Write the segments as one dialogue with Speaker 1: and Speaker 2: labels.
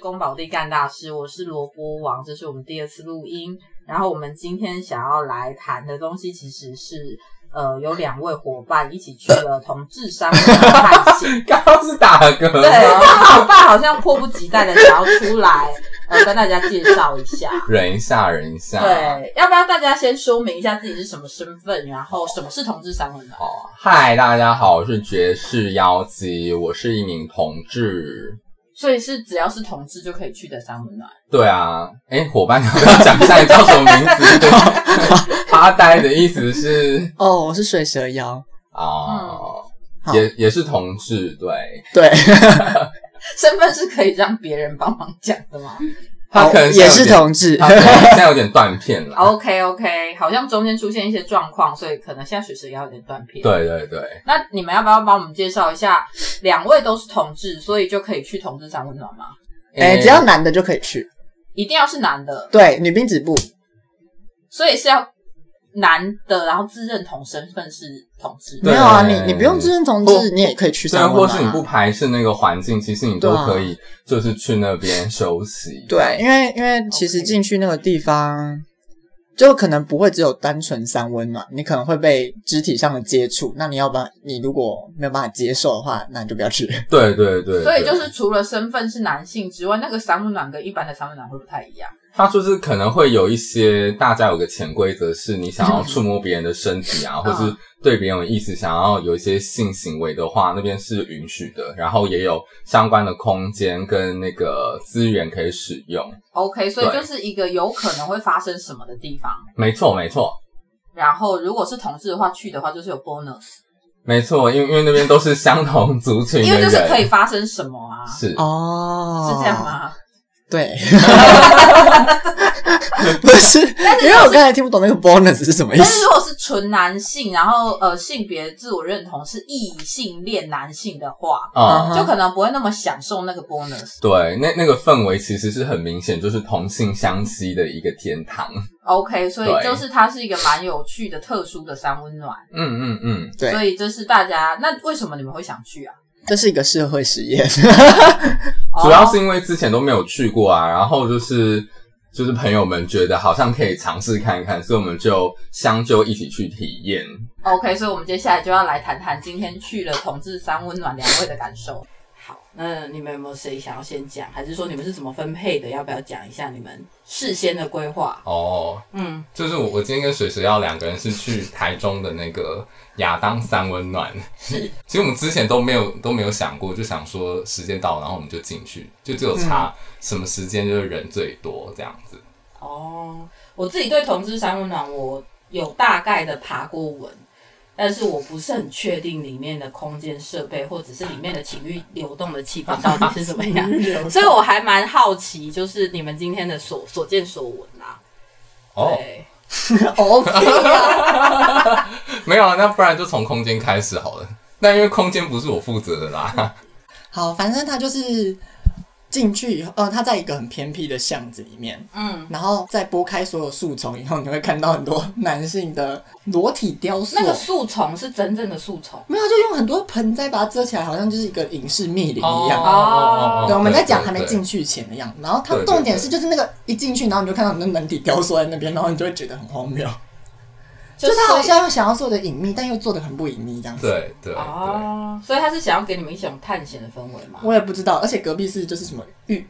Speaker 1: 宫保地干大师，我是萝卜王，这是我们第二次录音。然后我们今天想要来谈的东西，其实是呃有两位伙伴一起去了同志山姆的探 险。
Speaker 2: 刚刚是打嗝
Speaker 1: 对，
Speaker 2: 吗，
Speaker 1: 他伙伴好像迫不及待的想要出来，呃，跟大家介绍一下。
Speaker 2: 忍一下，忍一下。，
Speaker 1: 对，要不要大家先说明一下自己是什么身份，然后什么是同志三文呢？
Speaker 2: 哦，嗨，大家好，我是爵士妖姬，我是一名同志。
Speaker 1: 所以是只要是同志就可以去的三温暖。
Speaker 2: 对啊，哎，伙伴，要不要讲一下你叫什么名字？ 对发呆的意思是
Speaker 3: 哦，我是水蛇腰，
Speaker 2: 啊，
Speaker 3: 嗯好哦
Speaker 2: 也也是同志，对，
Speaker 3: 对，
Speaker 1: 身份是可以让别人帮忙讲的吗
Speaker 2: 他可能现
Speaker 3: 哦
Speaker 2: 在
Speaker 3: 也
Speaker 2: 有
Speaker 3: 是
Speaker 2: 点，
Speaker 3: 同志哦
Speaker 2: 他，可能现在有点断片 了。
Speaker 1: ？OK OK，好像中间出现一些状况，所以可能现在水蛇腰有点断片。，
Speaker 2: 对对对，
Speaker 1: 那你们要不要帮我们介绍一下？两位都是同志，所以就可以去同志三温暖吗？
Speaker 3: 哎，
Speaker 2: 诶
Speaker 3: 只要男的就可以去，
Speaker 1: 一定要是男的，
Speaker 3: 对，女兵止步，
Speaker 1: 所以是要男的，然后自认同身份是同志。
Speaker 2: 对
Speaker 3: 没有啊，你你不用自认同
Speaker 2: 或
Speaker 3: 志，你也可以去
Speaker 2: 虽然
Speaker 3: 三
Speaker 2: 或
Speaker 3: 温
Speaker 2: 是你
Speaker 3: 暖
Speaker 2: 不
Speaker 3: 啊。
Speaker 2: 排斥那个环境，其实你都
Speaker 3: 对啊
Speaker 2: 可以就是去那边休息。
Speaker 3: 对，因为因为其实进去那个地方，就可能不会只有单纯三温暖，你可能会被肢体上的接触。那你要不然你如果没有办法接受的话，那你就不要去。
Speaker 2: 对对对，
Speaker 1: 所以
Speaker 2: 对
Speaker 1: 就是除了身份是男性之外，那个三温暖跟一般的三温暖会不太一样。
Speaker 2: 他就是可能会有一些大家有个潜规则，是你想要触
Speaker 1: 嗯
Speaker 2: 摸别人的身 体啊，或是对别人有意思，想要有一些性行为的话，那边是允许的，然后也有相关的空间跟那个资源可以使用。
Speaker 1: OK，所以
Speaker 2: 对
Speaker 1: 就是一个有可能会发生什么的地方。
Speaker 2: 没错，没错，
Speaker 1: 然后如果是同志的话，去的话就是有 bonus，
Speaker 2: 没错，因为因为那边都是相同族群
Speaker 1: 因
Speaker 2: 的
Speaker 1: 为
Speaker 2: 人，
Speaker 1: 就是可以发生什么啊？
Speaker 2: 是
Speaker 3: 哦，
Speaker 1: 是这样？吗？
Speaker 3: 对， 不是， 因为我刚才听不懂那个 bonus 是
Speaker 2: 哎
Speaker 3: 什么意
Speaker 1: 但
Speaker 3: 思
Speaker 1: 是。如果是纯男性，然后呃性别自我认同是异性恋男性的话，
Speaker 2: 啊。
Speaker 3: 嗯
Speaker 1: 就可能不会那么享受那个 bonus。
Speaker 2: 对，那那个氛围其实是很明显，就是同性相吸的一个天堂。
Speaker 1: OK，所以
Speaker 2: 对
Speaker 1: 就是它是一个蛮有趣的、特殊的三温暖。
Speaker 2: 嗯嗯嗯，
Speaker 3: 对
Speaker 1: 所以这是大家那为什么你们会想去啊？
Speaker 3: 这是一个社会实验，
Speaker 2: 主要是
Speaker 1: 哦
Speaker 2: 因为之前都没有去过啊，然后就是就是朋友们觉得好像可以尝试看看，所以我们就相就一起去体验。
Speaker 1: 哦 OK，所以我们接下来就要来谈谈今天去了同志三温暖两位的感受。好，那你们有没有谁想要先讲，还是说你们是怎么分配的？要不要讲一下你们事先的规划？
Speaker 2: 哦，
Speaker 1: 嗯，
Speaker 2: 就是我我今天跟水水要两个人是去台中的那个亚当三温暖，
Speaker 1: 是
Speaker 2: 其实我们之前都没有都没有想过，就想说时间到，然后我们就进去，就只有查什么时间就是人最多这样子。
Speaker 1: 哦，我自己对同志三温暖我有大概的爬过文，但是我不是很确定里面的空间设备或者是里面的情欲流动的气氛到底是怎么样。所以我还蛮好奇，就是你们今天的所所见所闻啦、
Speaker 2: 哦，
Speaker 1: 对。
Speaker 3: 哦，
Speaker 2: 没有啊，那不然就从空间开始好了。那因为空间不是我负责的啦，
Speaker 3: 好，反正他就是进去以后，呃，他在一个很偏僻的巷子里面，
Speaker 1: 嗯，
Speaker 3: 然后再拨开所有树丛以后，你会看到很多 男性的裸体雕塑。
Speaker 1: 那个树丛是真正的树丛。
Speaker 3: 没有，就用很多盆栽把它遮起来，好像就是一个影视密林 一样。
Speaker 1: 哦
Speaker 3: 对，我们在讲还
Speaker 2: 对
Speaker 3: 没
Speaker 2: 对
Speaker 3: 进去前的样子。然后它
Speaker 2: 对对
Speaker 3: 重点
Speaker 2: 对
Speaker 3: 是，就是那个一进去，然后你就看到很多人体雕塑在那边，然后你就会觉得很荒谬。
Speaker 1: 就
Speaker 3: 就是他好像又想要做的隐秘，但又做的很不隐秘这样子。
Speaker 2: 对对对，
Speaker 1: 哦，所以他是想要给你们一种探险的氛围嘛？
Speaker 3: 我也不知道，而且隔壁是就是什么玉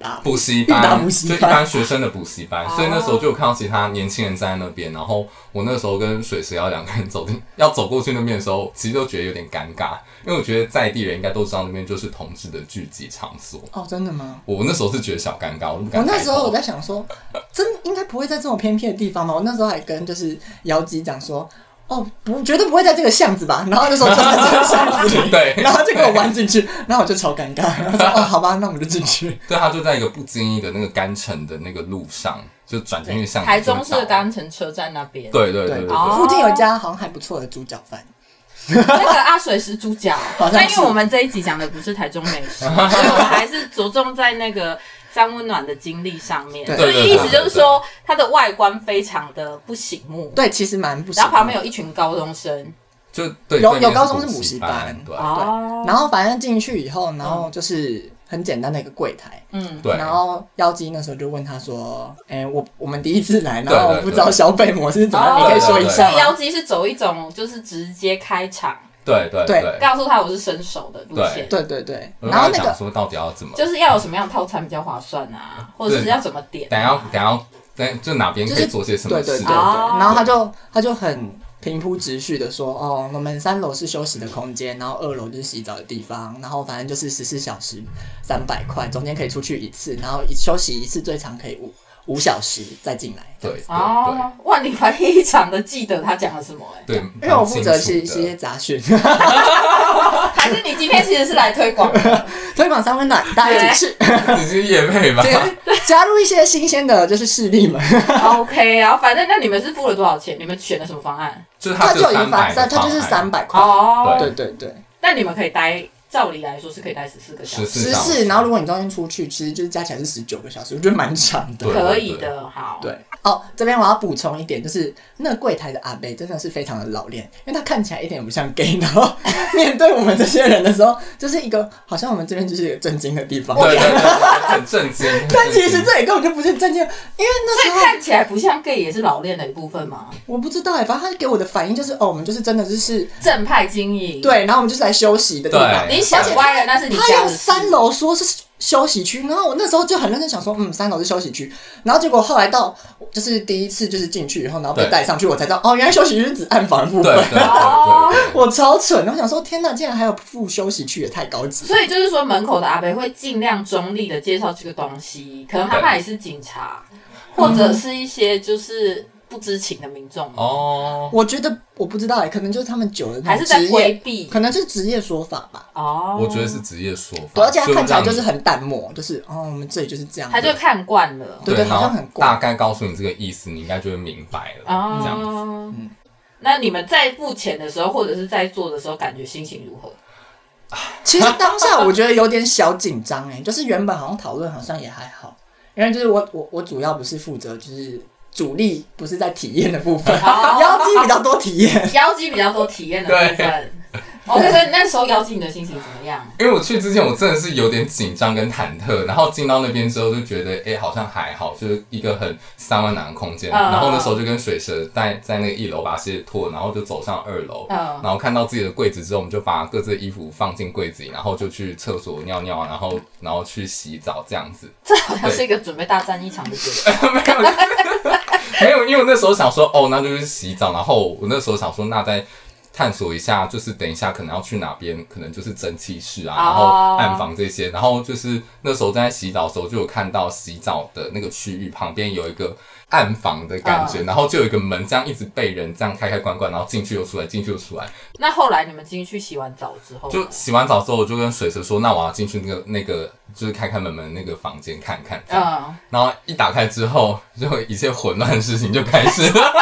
Speaker 3: 啊，
Speaker 2: 补习
Speaker 3: 预打
Speaker 2: 班，
Speaker 3: 补习
Speaker 2: 就
Speaker 3: 班
Speaker 2: 一般学生的补习班，
Speaker 1: 哦
Speaker 2: 所以那时候就有看到其他年轻人站在那边，然后我那时候跟水石要两个人走进，要走过去那边的时候，其实都觉得有点尴尬，因为我觉得在地人应该都知道那边就是同志的聚集场所，
Speaker 3: 哦，真的吗？
Speaker 2: 我那时候是觉得小尴尬，我都不
Speaker 3: 我
Speaker 2: 敢开口。
Speaker 3: 那时候我在想说，真应该不会在这么偏僻的地方吧？我那时候还跟就是姚吉讲说，哦，不，绝对不会在这个巷子吧？然后他就说就在这个 巷子里，
Speaker 2: 对
Speaker 3: 然后他就给我弯进去，然后我就超尴尬，然后说哦，好吧，那我们就进去。
Speaker 2: 对他就在一个不经意的那个干城的那个路上，就转进去巷子
Speaker 1: 台中市的
Speaker 2: 干，
Speaker 1: 单程车站那边，
Speaker 2: 对对对对
Speaker 1: 哦
Speaker 2: 对，
Speaker 3: 附近有一家好像还不错的猪脚饭，
Speaker 1: 那个阿水是猪 脚。
Speaker 3: 好像
Speaker 1: 但因
Speaker 3: 是
Speaker 1: 为我们这一集讲的不是台中美 食，所以我们还是着重在那个三温暖的经历上面。
Speaker 3: 对
Speaker 1: 所
Speaker 2: 对
Speaker 1: 以
Speaker 2: 对
Speaker 1: 意思就是说，它的外观非常的不醒目。
Speaker 3: 对，其实蛮不错
Speaker 1: 然。后旁边有一群高中生，
Speaker 2: 就对
Speaker 3: 有
Speaker 2: 对面
Speaker 3: 有高中
Speaker 2: 是
Speaker 3: 是
Speaker 2: 补
Speaker 3: 补习班
Speaker 2: 对，
Speaker 1: 哦
Speaker 3: 然后反正进去以后，然后就是很简单的一个柜台，
Speaker 1: 嗯，
Speaker 2: 对，
Speaker 3: 然后妖姬那时候就问他说：“哎、我我们第一次来，
Speaker 2: 对哦
Speaker 3: 然后我不知道消费模式是怎么样，
Speaker 1: 对
Speaker 3: 你可以
Speaker 1: 对
Speaker 3: 说一
Speaker 2: 对
Speaker 3: 下
Speaker 1: 所以妖哦
Speaker 3: 吗
Speaker 1: 姬是走一种就是直接开场，
Speaker 2: 对对
Speaker 3: 对
Speaker 2: 对，
Speaker 1: 告诉他我是伸手的路线？”，
Speaker 3: 对对对，
Speaker 2: 我就
Speaker 3: 然后
Speaker 2: 跟
Speaker 3: 那
Speaker 2: 他
Speaker 3: 个
Speaker 2: 讲说到底要怎么，
Speaker 1: 就是要有什么样的套餐比较划算啊，或者是要怎么点
Speaker 2: 等一下
Speaker 1: 啊？
Speaker 2: 等一下等就哪边可
Speaker 3: 就
Speaker 2: 以
Speaker 3: 是
Speaker 2: 做些什么
Speaker 3: 对对
Speaker 2: 事
Speaker 3: 对对，
Speaker 1: 的哦
Speaker 3: 然后他就他就很平铺直叙的说，哦，我们三楼是休息的空间，然后二楼就是洗澡的地方，然后反正就是十四小时三百块，中间可以出去一次，然后一休息一次最长可以五五小时再进来。
Speaker 2: 对对对
Speaker 1: 哦，哇，你还非常的记得他讲了什么哎、
Speaker 2: 对，
Speaker 3: 因为我
Speaker 2: 蛮
Speaker 3: 负
Speaker 2: 清
Speaker 3: 责
Speaker 2: 楚
Speaker 3: 是
Speaker 2: 的
Speaker 3: 是一些杂讯，
Speaker 1: 还是你今天其实是来推广的？
Speaker 3: 推广三分暖，大家一起去，
Speaker 2: 只是夜配吧
Speaker 3: 这，个加入一些新鲜的，就是势力们。
Speaker 1: OK 啊，反正那你们是付了多少钱？你们选了什么方案？
Speaker 2: 就是
Speaker 3: 他
Speaker 2: 它
Speaker 3: 就
Speaker 2: 有
Speaker 3: 已经
Speaker 2: 三
Speaker 3: 发
Speaker 2: 百，
Speaker 3: 三，他就是三百块。
Speaker 1: 哦，
Speaker 3: 对对对，
Speaker 1: 那你们可以待，照理来说是可以待十四个小时，
Speaker 2: 十四
Speaker 3: 十
Speaker 2: 小
Speaker 3: 四，
Speaker 2: 时，
Speaker 3: 然后如果你中间出去，其实就是加起来是十九个小时，我觉得蛮长的
Speaker 2: 对。
Speaker 1: 可以的，好，
Speaker 3: 对，哦，这边我要补充一点，就是那柜台的阿贝真的是非常的老练，因为他看起来一点也不像 gay，然 后面对我们这些人的时候，就是一个好像我们这边就是一个震惊的地方，
Speaker 2: 对对对对，很震惊。
Speaker 3: 但其
Speaker 2: 很震
Speaker 3: 实
Speaker 2: 惊
Speaker 3: 这里根本就不是震惊，因为那时
Speaker 1: 所以
Speaker 3: 候
Speaker 1: 看起来不像 gay 也是老练的一部分嘛，
Speaker 3: 我不知道哎、反正他给我的反应就是，哦，我们就是真的就是
Speaker 1: 正派经营，，
Speaker 3: 对，然后我们就是来休息的地
Speaker 2: 对
Speaker 3: 方，
Speaker 1: 你想歪了那是你
Speaker 3: 他
Speaker 1: 家
Speaker 3: 用
Speaker 1: 的事
Speaker 3: 三楼说是休息区，然后我那时候就很认真想说，嗯，三楼是休息区。然后结果后来到就是第一次就是进去以后，然后被
Speaker 2: 对
Speaker 3: 带上去，我才知道哦，原来休息区是指暗房的部
Speaker 2: 对
Speaker 3: 分
Speaker 2: 对。对对对，
Speaker 3: 我超蠢，我想说天哪，竟然还有副休息区，也太高级。
Speaker 1: 所以就是说门口的阿伯会尽量中立的介绍这个东西，可能他
Speaker 2: 对
Speaker 1: 怕也是警察，
Speaker 3: 嗯
Speaker 1: 或者是一些就是不知情的民众，
Speaker 2: 哦，
Speaker 3: 我觉得我不知道哎、可能就是他们久了那
Speaker 1: 还
Speaker 3: 种
Speaker 1: 是在
Speaker 3: 职
Speaker 1: 规
Speaker 3: 业，
Speaker 1: 避
Speaker 3: 可能就是职业说法吧。
Speaker 1: 哦，
Speaker 2: 我觉得是职业说法，
Speaker 3: 对，而且他看起来
Speaker 2: 让
Speaker 3: 就是
Speaker 2: 你
Speaker 3: 很淡漠，就是哦，我们这里就是这样的。
Speaker 1: 他就看惯了，
Speaker 3: 对
Speaker 2: 对，
Speaker 3: 好像
Speaker 2: 然后
Speaker 3: 很怪
Speaker 2: 大概告诉你这个意思，你应该就会明白了，这样子。
Speaker 1: 哦，那你们在付钱的时候，或者是在做的时候，感觉心情如 何？
Speaker 3: 其实当下我觉得有点小紧张哎， 就是原本好像讨论好像也还好，因为就是我我我主要不是负责就是主力不是在体验的部分，
Speaker 1: 哦
Speaker 3: 妖姬比较多体验。
Speaker 1: 妖姬比较多体验的部分。OK，所以哦那时候妖姬你的心情怎么样？
Speaker 2: 因为我去之前，我真的是有点紧张跟忐忑，然后进到那边之后就觉得，哎、好像还好，就是一个很三万男的空间。
Speaker 1: 嗯
Speaker 2: 然后那时候就跟水蛇在在那个一楼把鞋子脱，然后就走上二楼，
Speaker 1: 嗯
Speaker 2: 然后看到自己的柜子之后，我们就把各自的衣服放进柜子里，然后就去厕所尿尿，然后然后去洗澡这样子。
Speaker 1: 这好像是一个准备大战一场的节目。
Speaker 2: 没有，因为我那时候想说，哦，那就是洗澡。然后我那时候想说，那再探索一下，就是等一下可能要去哪边，可能就是蒸汽室啊，然
Speaker 1: 哦
Speaker 2: 后暗房这些。然后就是那时候在洗澡的时候，就有看到洗澡的那个区域旁边有一个暗房的感
Speaker 1: 嗯
Speaker 2: 觉，然后就有一个门这样一直被人这样开开关关，然后进去又出来，进去又出来。
Speaker 1: 那后来你们进去洗完澡之后呢，
Speaker 2: 就洗完澡之后，我就跟水蛇说，那我要进去那个那个就是开开门门那个房间看看。这样
Speaker 1: 嗯，
Speaker 2: 然后一打开之后，就一切混乱的事情就开始了。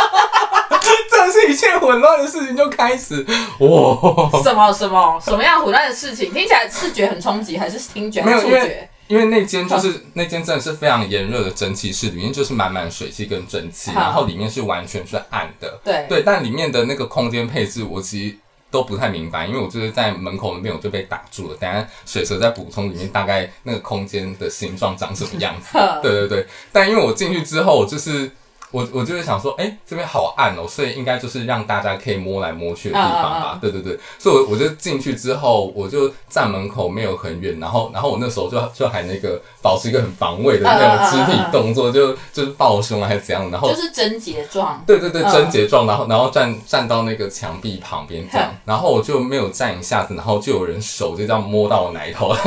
Speaker 2: 真的是一切混乱的事情就开始，哇！
Speaker 1: 什么什么什么样混乱的事情？听起来视觉很冲击，还是听觉
Speaker 2: 没
Speaker 1: 还
Speaker 2: 有
Speaker 1: 是触
Speaker 2: 因为
Speaker 1: 觉？
Speaker 2: 因为那间就是那间真的是非常炎热的蒸汽室，里面就是满满水汽跟蒸汽，
Speaker 1: 好
Speaker 2: 然后里面是完全是暗的。
Speaker 1: 对
Speaker 2: 对，但里面的那个空间配置，我其实都不太明白，因为我就是在门口那边我就被打住了。等一下水蛇在补充里面大概那个空间的形状长什么样子。
Speaker 1: 呵
Speaker 2: 对对对，但因为我进去之后，我就是我我就是想说，哎、这边好暗哦，所以应该就是让大家可以摸来摸去的地方吧。
Speaker 1: 嗯嗯
Speaker 2: 对对对，所以我我就进去之后，我就站门口没有很远，然后然后我那时候就就还那个保持一个很防卫的那种肢
Speaker 1: 嗯
Speaker 2: 体动作，就就是抱胸啊还是怎样，然后
Speaker 1: 就是贞洁状。
Speaker 2: 对对对，
Speaker 1: 嗯
Speaker 2: 贞洁状，然后然后站站到那个墙壁旁边 这样
Speaker 1: 哼，
Speaker 2: 然后我就没有站一下子，然后就有人手就这样摸到我奶头，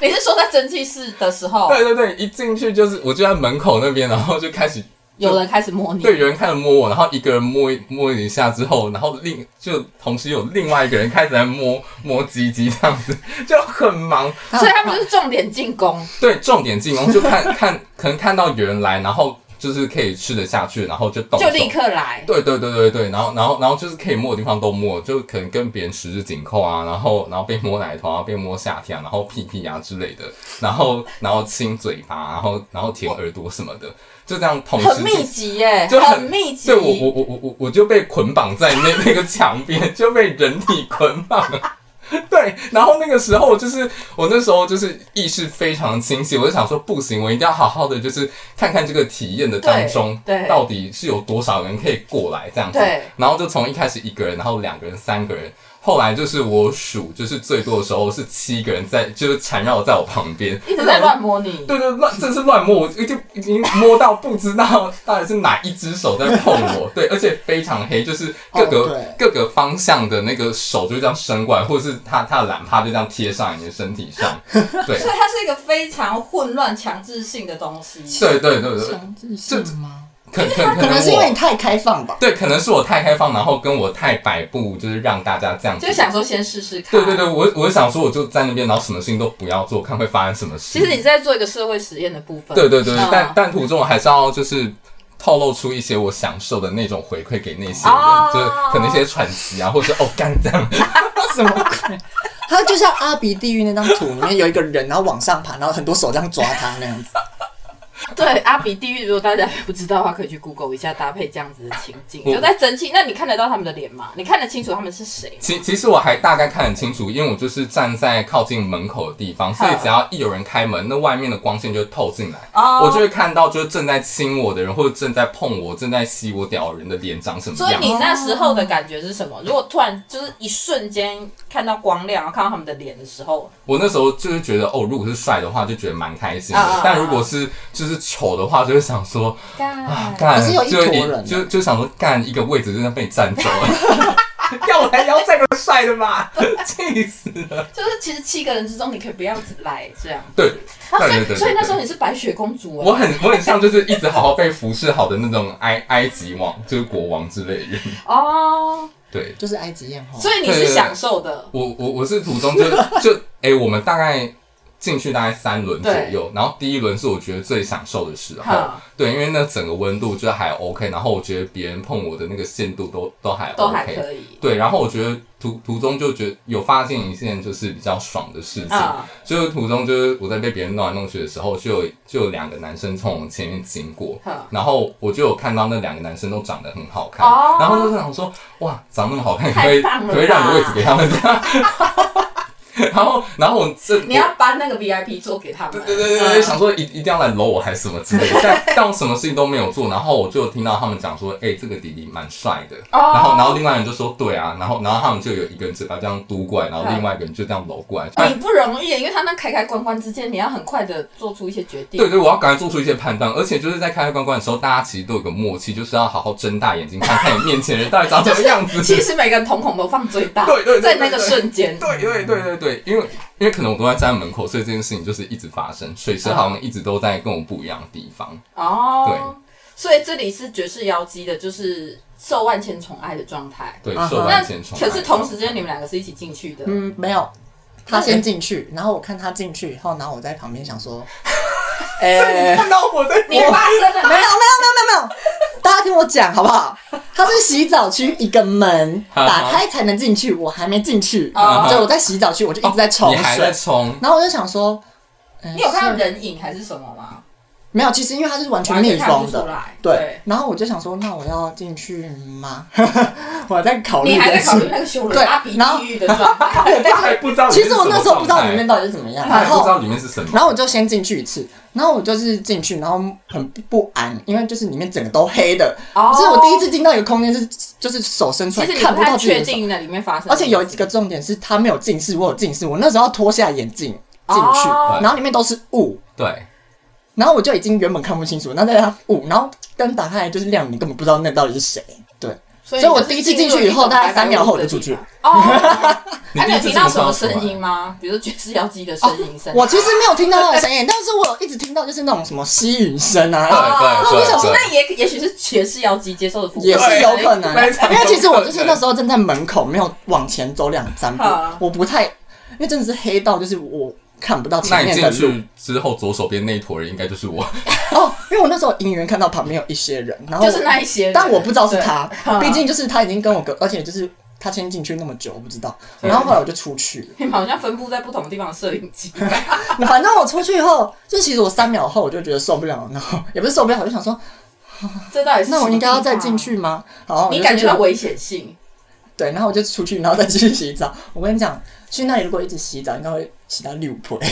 Speaker 1: 你是说在蒸汽室的时候，
Speaker 2: 对对对，一进去就是我就在门口那边，然后就开始
Speaker 1: 有人开始摸你？
Speaker 2: 对，有人开始摸我，然后一个人摸一摸一下之后，然后另就同时有另外一个人开始在摸摸鸡鸡这样子，就很忙。
Speaker 1: 所以他们就是重点进攻。
Speaker 2: 对，重点进攻就看 看，可能看到有人来，然后就是可以吃得下去，然后就动手
Speaker 1: 就立。刻来。
Speaker 2: 对对对对对，然后然后然后就是可以摸的地方都摸，就可能跟别人十指紧扣啊，然后然后被摸奶头啊，被摸下体啊，然后屁屁啊之类的，然后然后亲嘴巴，然后然后舔耳朵什么的，就这样同时
Speaker 1: 很
Speaker 2: 进
Speaker 1: 密集耶、
Speaker 2: 就
Speaker 1: 很密集。
Speaker 2: 对我 我我我我我就被捆绑在那 那个墙边，就被人体捆绑了。对，然后那个时候就是我那时候就是意识非常清晰，我就想说不行，我一定要好好的就是看看这个体验的当中，
Speaker 1: 对对
Speaker 2: 到底是有多少人可以过来这样子
Speaker 1: 对。
Speaker 2: 然后就从一开始一个人，然后两个人、三个人，后来就是我数就是最多的时候是七个人在，就是缠绕在我旁边，
Speaker 1: 一直在乱摸你。
Speaker 2: 对对，乱真的是乱摸，我就就已经摸到不知道到底是哪一只手在碰我，对，而且非常黑，就是各个、
Speaker 3: 哦
Speaker 2: 各个方向的那个手就这样伸过来，或者是他他的懒趴就这样贴上你的身体上，对
Speaker 1: 所以它是一个非常混乱、强制性的东西。
Speaker 2: 对对对对，
Speaker 3: 强制性吗？
Speaker 2: 可可可
Speaker 3: 可能是因为
Speaker 2: 我
Speaker 3: 你太开放吧。
Speaker 2: 对，可能是我太开放，然后跟我太摆布，就是让大家这样子
Speaker 1: 就。想说先试试看。
Speaker 2: 对对对，。我我想说，我就在那边，然后什么事情都不要做，看会发生什么
Speaker 1: 其
Speaker 2: 事。
Speaker 1: 实你是在做一个社会实验的部分。
Speaker 2: 对对对，
Speaker 1: 嗯
Speaker 2: 但但途中我还是要就是透露出一些我享受的那种回馈给那些人，
Speaker 1: 哦
Speaker 2: 就是可能一些喘息啊，或者是哦干这样，
Speaker 3: 什么鬼？他就像阿比地狱那张图里面有一个人，然后往上爬，然后很多手这样抓他那样子。
Speaker 1: 对阿比地狱，如果大家不知道的话，可以去 Google 一下搭配这样子的情境，
Speaker 2: 我
Speaker 1: 就在蒸汽。那你看得到他们的脸吗？你看得清楚他们是谁吗？
Speaker 2: 其其实我还大概看很清楚，因为我就是站在靠近门口的地方，所以
Speaker 1: 好
Speaker 2: 只要一有人开门，那外面的光线就透进来，
Speaker 1: 哦
Speaker 2: 我就会看到就是正在亲我的人，或者正在碰我、正在吸我屌的人的脸长什么
Speaker 1: 所以
Speaker 2: 样。
Speaker 1: 你那时候的感觉是什么？如果突然就是一瞬间看到光亮，然后看到他们的脸的时候，
Speaker 2: 我那时候就是觉得哦，如果是帅的话，就觉得蛮开心的；
Speaker 1: 啊啊啊
Speaker 2: 但如果是就是丑的话，就会想说
Speaker 1: 哎
Speaker 2: 啊，干
Speaker 3: 可是有一
Speaker 2: 就
Speaker 3: 坨人啊
Speaker 2: 就就想说干一个位置真的被占走了，
Speaker 3: 要我来要这个帅的吧？
Speaker 2: 气死了！
Speaker 1: 就是其实七个人之中，你可以不要来这样。
Speaker 2: 对，
Speaker 1: 啊、所
Speaker 2: 对对
Speaker 1: 以
Speaker 2: 对
Speaker 1: 所以
Speaker 2: 对
Speaker 1: 那时候你是白雪公主
Speaker 2: 我
Speaker 1: 哎、
Speaker 2: 很我很像就是一直好好被服侍好的那种埃埃及王，就是国王之类的人。
Speaker 1: 哦，
Speaker 2: 对
Speaker 3: 就是埃及艳后。
Speaker 1: 所以你
Speaker 2: 对对
Speaker 1: 是
Speaker 2: 对
Speaker 1: 享受的。
Speaker 2: 我我我是途中就就哎、我们大概进去大概三轮左右，然后第一轮是我觉得最享受的时候
Speaker 1: 好，
Speaker 2: 对，因为那整个温度就还 OK，然后我觉得别人碰我的那个限度都都还 OK，
Speaker 1: 都还可以。
Speaker 2: 对，然后我觉得途途中就觉得有发现一件就是比较爽的事情，
Speaker 1: 啊
Speaker 2: 就是途中就是我在被别人弄来弄去的时候，就有就有两个男生从我前面经过
Speaker 1: 哼，
Speaker 2: 然后我就有看到那两个男生都长得很好看，
Speaker 1: 哦
Speaker 2: 然后就想说哇，长那么好看，可
Speaker 1: 太
Speaker 2: 不可以
Speaker 1: 棒
Speaker 2: 可
Speaker 1: 了
Speaker 2: 不可以让个位置给他们这样？ 然后然后我这
Speaker 1: 你要搬那个 VIP 座给他们。
Speaker 2: 对对对对对，
Speaker 1: 嗯
Speaker 2: 想说一一定要来搂我还是什么之类的，但但我什么事情都没有做，然后我就听到他们讲说，哎、这个弟弟蛮帅的，
Speaker 1: 哦
Speaker 2: 然后然后另外人就说对啊，然后然后他们就有一个人嘴巴这样嘟过来，然后另外一个人就这样搂过来，
Speaker 1: 哦你不容易，因为他那开开关关之间，你要很快的做出一些决定。
Speaker 2: 对对，我要赶快做出一些判断，而且就是在开开关关的时候，大家其实都有个默契，就是要好好睁大眼睛看看你面前人到底长什么样 子。
Speaker 1: 其实每个人瞳孔都放最大，
Speaker 2: 对对对对
Speaker 1: 在那个瞬间，
Speaker 2: 对对对对对，因为因为可能我都在站在门口，所以这件事情就是一直发生，水蛇好像一直都在跟我不一样的地方。
Speaker 1: 哦，所以这里是绝世妖姬的，就是受万千宠爱的状态。
Speaker 2: 对，
Speaker 3: 嗯
Speaker 2: 受万
Speaker 1: 那
Speaker 2: 千宠爱。
Speaker 1: 可是同 时间你们两个是一起进去的，
Speaker 3: 嗯，没有，他先进去，然后我看他进去以后，然后我在旁边想说，哎、
Speaker 2: 看到我在
Speaker 1: 你发生了
Speaker 3: 没有没有没有没有没有，大家听我讲好不好？它是洗澡区一个门，
Speaker 2: 好
Speaker 3: 打开才能进去，我还没进去，
Speaker 1: 哦
Speaker 3: 就我在洗澡区，我就一直在冲
Speaker 2: 哦 你还在
Speaker 3: 水，
Speaker 2: 冲，
Speaker 3: 然后我就想说，嗯
Speaker 1: 你有看到
Speaker 3: 是
Speaker 1: 人影还是什么吗？
Speaker 3: 没有？其实因为它是完全
Speaker 1: 完全
Speaker 3: 密
Speaker 1: 看
Speaker 3: 封
Speaker 1: 不出
Speaker 3: 的，
Speaker 1: 来。
Speaker 3: 对。，然后我就想说，那我要进去吗？ 我在考虑
Speaker 1: 你还
Speaker 3: 这
Speaker 1: 在
Speaker 3: 件
Speaker 1: 考虑
Speaker 3: 事。
Speaker 1: 那个修
Speaker 3: 对
Speaker 1: 人阿比
Speaker 3: 然后
Speaker 1: 地狱的状 态，
Speaker 2: 他还不知道里
Speaker 3: 其
Speaker 2: 面是
Speaker 3: 实
Speaker 2: 什么
Speaker 3: 我
Speaker 2: 状态。
Speaker 3: 那时候不知道里面到底是怎么样，
Speaker 2: 他
Speaker 1: 啊
Speaker 2: 还
Speaker 3: 然
Speaker 2: 不知
Speaker 3: 后
Speaker 2: 道里面是什么。
Speaker 3: 然后我就先进去一次，然后我就是进去，然后很不安，因为就是里面整个都黑的，
Speaker 1: 哦
Speaker 3: 这是我第一次进到一个空间是就是手伸出
Speaker 1: 其
Speaker 3: 来
Speaker 1: 实你
Speaker 3: 看
Speaker 1: 不
Speaker 3: 不
Speaker 1: 太
Speaker 3: 到自己
Speaker 1: 确
Speaker 3: 的手，
Speaker 1: 定那里面发生，
Speaker 3: 而且有一个重点是他没有近视，我有近视，我那时候要脱下眼镜进去，
Speaker 1: 哦
Speaker 3: 然后里面都是雾，
Speaker 2: 对，
Speaker 3: 然后我就已经原本看不清楚，然后再加雾，然后灯打开来就是亮，你根本不知道那到底是谁。对，
Speaker 1: 所以
Speaker 3: 所以我第一次进去以后
Speaker 1: 就是进入一种
Speaker 3: 大概三秒后我就出去
Speaker 1: 白白屋的地 方。哦，那你有听到
Speaker 2: 你
Speaker 1: 什
Speaker 2: 第一次怎
Speaker 1: 么
Speaker 2: 么看
Speaker 1: 声
Speaker 2: 得出来
Speaker 1: 音吗？比如说爵士妖姬的声音声。
Speaker 3: 哦我其实没有听到那个声音，但是我有一直听到就是那种什么吸吮声啊，
Speaker 2: 对对
Speaker 1: 我
Speaker 2: 对
Speaker 1: 哦想说，
Speaker 2: 对
Speaker 1: 那也也许是爵士妖姬接受的服务，
Speaker 3: 也是有可能，
Speaker 2: 非常
Speaker 3: 因为其实
Speaker 2: 有可
Speaker 3: 我
Speaker 2: 能
Speaker 3: 就是那时候正在门口，没有往前走两三步
Speaker 1: 好，
Speaker 3: 我不太，因为真的是黑道，就是我看不到
Speaker 2: 那
Speaker 3: 前
Speaker 2: 你
Speaker 3: 面
Speaker 2: 进
Speaker 3: 的路
Speaker 2: 去之后，左手边那一坨人应该就是我。
Speaker 3: 哦，因为我那时候隐约看到旁边有一些人，然后
Speaker 1: 就是那一些人
Speaker 3: 但我不知道是他
Speaker 1: 对，
Speaker 3: 毕竟就是他已经跟我隔，而且就是他先进去那么久，我不知道，
Speaker 1: 嗯
Speaker 3: 然后后来我就出去了，
Speaker 1: 你们好像分布在不同的地方的摄影 机。
Speaker 3: 反正我出去以后，就其实我三秒后我就觉得受不了，然后也不是受不了，我就想说，
Speaker 1: 这到底是什么地方？啊
Speaker 3: 那我应该要再进去吗？然后我
Speaker 1: 你
Speaker 3: 就
Speaker 1: 感觉
Speaker 3: 出去
Speaker 1: 到
Speaker 3: 了
Speaker 1: 危险性？
Speaker 3: 对，然后我就出去，然后再继续洗澡。我跟你讲，去那里如果一直洗澡，应该会洗到六倍。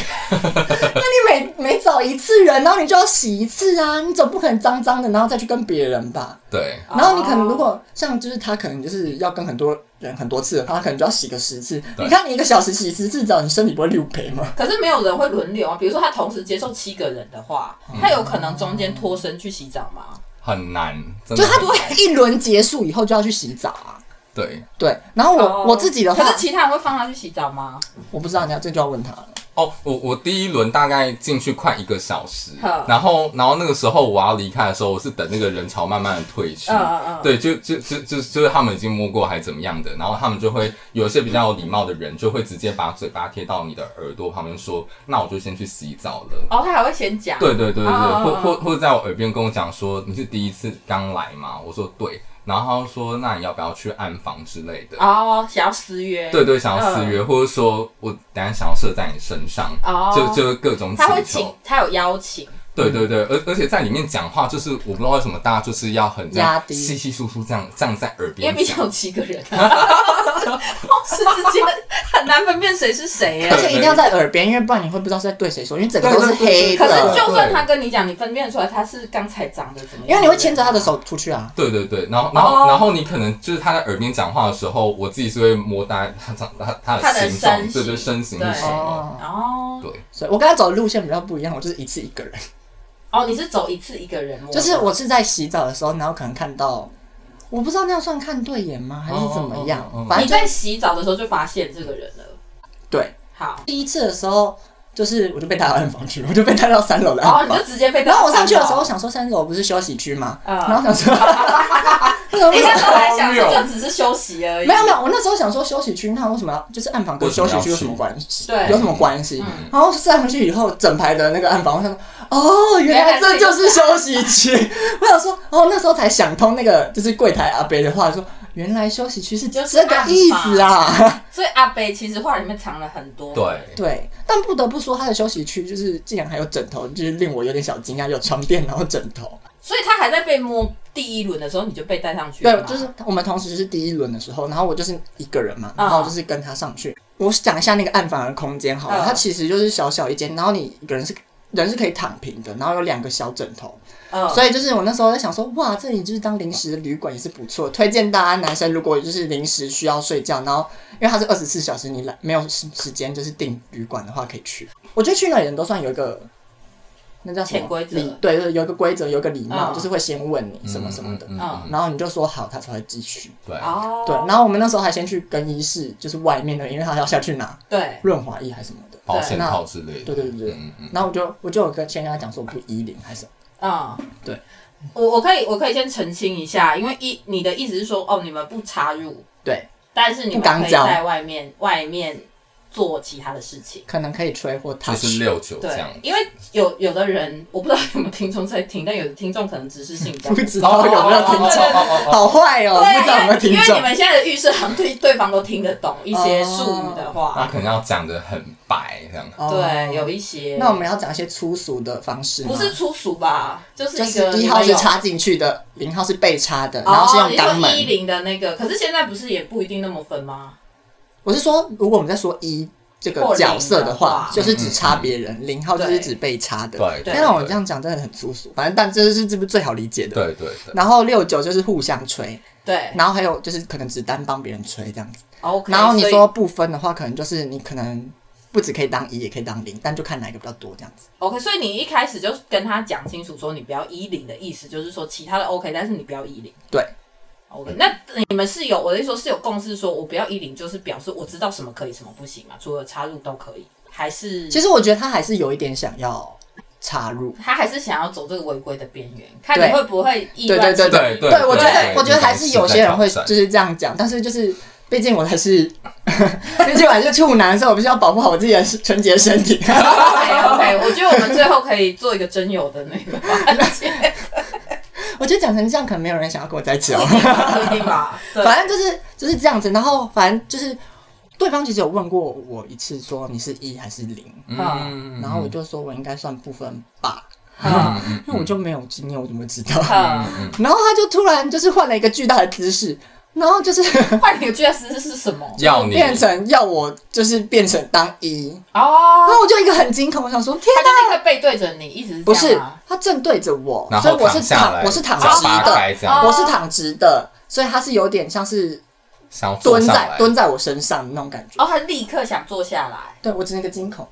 Speaker 3: 那你每每找一次人，然后你就要洗一次啊，你总不可能脏脏的，然后再去跟别人吧？
Speaker 2: 对，
Speaker 1: 哦
Speaker 3: 然后你可能如果像就是他可能就是要跟很多人很多次的话，他可能就要洗个十次。
Speaker 2: 对
Speaker 3: 你看你一个小时洗十次澡，你身体不会六倍吗？
Speaker 1: 可是没有人会轮流啊。比如说他同时接受七个人的话，
Speaker 2: 嗯
Speaker 1: 他有可能中间脱身去洗澡吗？
Speaker 2: 很难，真
Speaker 3: 就
Speaker 2: 的
Speaker 3: 他
Speaker 2: 很
Speaker 3: 一轮结束以后就要去洗澡啊。
Speaker 2: 对
Speaker 3: 对，然后我、
Speaker 1: 哦
Speaker 3: 我自己的话
Speaker 1: 可，是其他人会放他去洗澡吗？
Speaker 3: 我不知道，你要这就要问他了。
Speaker 2: 哦，我我第一轮大概进去快一个小时
Speaker 1: 好，
Speaker 2: 然后然后那个时候我要离开的时候，我是等那个人潮慢慢的退去，
Speaker 1: 嗯嗯嗯
Speaker 2: 对，就就就就就是他们已经摸过还怎么样的，然后他们就会有一些比较有礼貌的人就会直接把嘴巴贴到你的耳朵旁边说，那我就先去洗澡了。
Speaker 1: 哦，他还会先讲。
Speaker 2: 对对对对对，
Speaker 1: 哦
Speaker 2: 或
Speaker 1: 哦
Speaker 2: 或或者在我耳边跟我讲说你是第一次刚来嘛，我说对，然后他就说那你要不要去暗房之类的，
Speaker 1: 哦，嗯想要私约。
Speaker 2: 对对，想要私约，或者说我等一下想要射在你身上，
Speaker 1: 哦，
Speaker 2: 就就各种
Speaker 1: 他会
Speaker 2: 请
Speaker 1: 请嗯
Speaker 2: 求，，
Speaker 1: 他有邀请。
Speaker 2: 对对对，而而且在里面讲话，就是我不知道为什么大家就是要很这样
Speaker 3: 压低
Speaker 2: 稀稀疏疏这样这样在耳
Speaker 1: 因为
Speaker 2: 边
Speaker 1: 毕竟
Speaker 2: 讲，
Speaker 1: 有七个 人、 啊，同事之间很难分辨谁是谁耶
Speaker 3: 而。且一定要在耳边，因为不然你会不知道是在对谁说，因为整个
Speaker 2: 对
Speaker 3: 都是
Speaker 2: 对对
Speaker 3: 黑
Speaker 1: 可是
Speaker 3: 的，
Speaker 1: 就算他跟你讲，你分辨出来他是刚才长得怎么样，
Speaker 3: 因为你会牵着他的。手出去啊。
Speaker 2: 对对对，然后然后、
Speaker 1: 哦
Speaker 2: 然后你可能就是他在耳边讲话的时候，我自己是会摸大他他他
Speaker 1: 他
Speaker 2: 他
Speaker 1: 的
Speaker 2: 的形状，
Speaker 1: 身
Speaker 2: 对
Speaker 1: 形
Speaker 2: 对身形是
Speaker 1: 对
Speaker 2: 什么？
Speaker 3: 哦，
Speaker 1: 哦
Speaker 3: 所以我跟他走的路线比较不一样，我就是一次一个人，
Speaker 1: 哦，你是走一次一个人，
Speaker 3: 就是我是在洗澡的时候，然后可能看到，我不知道那样算看对眼吗，还是怎么样
Speaker 2: 哦哦哦哦，
Speaker 3: 反
Speaker 1: 你
Speaker 3: 正就
Speaker 1: 在洗澡的时候就发现这个人了。
Speaker 3: 对。
Speaker 1: 好，
Speaker 3: 第一次的时候，就是我就被带到暗房去，我就被带到三楼的
Speaker 1: 然后
Speaker 3: 暗
Speaker 1: 哦你就
Speaker 3: 房。
Speaker 1: 直接被。
Speaker 3: 然后我上去的时候，我，想说三楼不是休息区嘛，
Speaker 1: 嗯
Speaker 3: 然后想说， 为什么
Speaker 1: 你那时候还想说
Speaker 2: 荒谬
Speaker 1: 就只是休息而已，
Speaker 3: 没有没有，我那时候想说休息区，那为什么要就是暗房跟休息区有什么关系？
Speaker 1: 对
Speaker 3: 有什么关系
Speaker 1: 嗯？
Speaker 3: 然后站回去以后，整排的那个暗房，我想说，哦，原来这就是休息 区。我想说，哦，那时候才想通那个就是柜台阿伯的话，说原来休息区是这
Speaker 1: 就是暗
Speaker 3: 个
Speaker 1: 房
Speaker 3: 意思啊。
Speaker 1: 所以阿北其实话里面藏了很多。
Speaker 2: 对，
Speaker 3: 对，但不得不说，他的休息区就是竟然还有枕头，就是令我有点小惊讶，有床垫，然后枕头。
Speaker 1: 所以他还在被摸第一轮的时候，你就被带上去了
Speaker 3: 对，
Speaker 1: 吗。
Speaker 3: 就是我们同时是第一轮的时候，然后我就是一个人嘛，
Speaker 1: 啊
Speaker 3: 然后我就是跟他上去。我讲一下那个暗房的空间好
Speaker 1: 嗯
Speaker 3: 了，它其实就是小小一间，然后你一个人是人是可以躺平的，然后有两个小枕头，
Speaker 1: 嗯，
Speaker 3: 所以就是我那时候在想说，哇，这里就是当临时的旅馆也是不错，推荐大家男生如果就是临时需要睡觉，然后因为它是二十四小时，你来没有时时间就是订旅馆的话可以去。我觉得去哪里人都算有一个。那叫什么
Speaker 1: 潜规则
Speaker 3: 礼对对，有一个规则，有一个礼貌，
Speaker 1: 嗯
Speaker 3: 就是会先问你什么什么的，
Speaker 2: 嗯
Speaker 1: 嗯
Speaker 3: 然后你就说好，他才会继续。
Speaker 2: 对，
Speaker 1: 哦，
Speaker 3: 对，然后我们那时候还先去更衣室，就是外面的，因为他要下去拿
Speaker 1: 对，
Speaker 3: 润滑液还是什么的。
Speaker 2: 保险
Speaker 3: 那
Speaker 2: 套之类的，
Speaker 3: 对对对对
Speaker 2: 嗯嗯
Speaker 3: 然后我就我就有跟先跟他讲说我不依零还是什么，
Speaker 1: 嗯，
Speaker 3: 对，
Speaker 1: 我我可以我可以先澄清一下，因为一你的意思是说，哦，你们不插入，
Speaker 3: 对，
Speaker 1: 但是你
Speaker 3: 不敢
Speaker 1: 们可以
Speaker 3: 讲
Speaker 1: 在外面外面做其他的事情。
Speaker 3: 可能可以吹或
Speaker 2: 就
Speaker 3: touch。
Speaker 2: 是六九这
Speaker 1: 对
Speaker 2: 样，，
Speaker 1: 因为有有的人，我不知道有没有听众在听，但有的听众可能只是性比较
Speaker 3: 不知道有没有听
Speaker 1: 哦
Speaker 3: 众
Speaker 1: 哦，
Speaker 2: 哦哦
Speaker 3: 好坏 哦，不知道有没有
Speaker 1: 对，因为
Speaker 3: 听
Speaker 1: 因为你
Speaker 3: 众。
Speaker 1: 们现在的预设好像对对方都听得懂一些术语的
Speaker 2: 哦，那
Speaker 1: 话，
Speaker 2: 可能要讲的很白这样，
Speaker 3: 哦
Speaker 1: 对，有一些。
Speaker 3: 那我们要讲一些粗俗的方式吗
Speaker 1: 不是粗俗吧，就是
Speaker 3: 就
Speaker 1: 一个
Speaker 3: 是一号
Speaker 1: 你
Speaker 3: 是
Speaker 1: 们有
Speaker 3: 插进去的，零号是被插的，然后是
Speaker 1: 哦，
Speaker 3: 用
Speaker 1: 你
Speaker 3: 肛
Speaker 1: 说一
Speaker 3: 门。
Speaker 1: 零的那个，可是现在不是也不一定那么分吗？
Speaker 3: 我是说，如果我们在说一这
Speaker 1: 或
Speaker 3: 个
Speaker 1: 零
Speaker 3: 角色的
Speaker 1: 的
Speaker 3: 话
Speaker 1: 话，
Speaker 3: 就是只插别人，零号就是指被插的。
Speaker 2: 对对
Speaker 3: 但我这样讲真的很粗俗，反正但这是这不最好理解的。
Speaker 2: 对对对，
Speaker 3: 然后六九就是互相吹，
Speaker 1: 对哦
Speaker 3: 然后还有就是可能只单帮别人吹这样子。
Speaker 1: 哎，OK。
Speaker 3: 然后你说不分的话，可能就是你可能不只可以当一，也可以当零，但就看哪一个比较多这样子。
Speaker 1: OK，所以你一开始就跟他讲清楚，说你不要一零的意思，就是说其他的 OK，但是你不要一零。
Speaker 3: 对
Speaker 1: ，OK。那你们是有我的意思说是有共识，说我不要一零，就是表示我知道什么可以，什么不行嘛，除了插入都可以，还是
Speaker 3: 其实我觉得他还是有一点想要插入。
Speaker 1: 他还是想要走这个违规的边缘，看
Speaker 3: 对
Speaker 1: 你会不会意
Speaker 3: 对
Speaker 1: 外
Speaker 3: 对对
Speaker 1: 进入
Speaker 2: 对对
Speaker 3: 对，我觉得
Speaker 2: 对
Speaker 3: 我觉得还是有些人会
Speaker 2: 是在挑战
Speaker 3: 就是这样讲，但是就是 毕竟我还是， 毕竟我还是处男，所以我必须要保护好我自己的纯洁身体。
Speaker 1: OK OK，我觉得我们最后可以做一个真有的那个环节，
Speaker 3: 我觉得讲成这样，可能没有人想要跟我在一起哦。
Speaker 1: 不一定吧？ 嗯对，
Speaker 3: 反正就是就是这样子，然后反正就是对方其实有问过我一次，说你是一还是零，
Speaker 2: 嗯嗯嗯
Speaker 3: 然后我就说我应该算部分吧，
Speaker 1: 嗯
Speaker 2: 嗯
Speaker 3: 因为我就没有经验，我怎么会知道？
Speaker 1: 嗯
Speaker 2: 嗯
Speaker 3: 然后他就突然就是换了一个巨大的姿势，然后就是
Speaker 1: 换你的 GS 是什么？
Speaker 2: 要你
Speaker 3: 变成要我就是变成当一，然
Speaker 1: 哦，
Speaker 3: 后我就一个很惊恐，我想说天
Speaker 1: 他就
Speaker 3: 哪，
Speaker 1: 立刻背对着你，一直
Speaker 3: 不是
Speaker 1: 啊，
Speaker 3: 他正对着我
Speaker 2: 然，
Speaker 3: 所以
Speaker 2: 后
Speaker 3: 我是
Speaker 2: 下
Speaker 3: 躺
Speaker 2: 来，
Speaker 3: 我是躺
Speaker 2: 脚
Speaker 3: 直
Speaker 2: 扒
Speaker 3: 的，
Speaker 2: 开这样，
Speaker 1: 哦
Speaker 3: 我是躺直的，所以他是有点像是
Speaker 2: 想要坐
Speaker 3: 蹲
Speaker 2: 上
Speaker 3: 在
Speaker 2: 来。
Speaker 3: 蹲在我身上的那种感觉。
Speaker 1: 哦，他立刻想坐下来，
Speaker 3: 对我只是一个惊恐，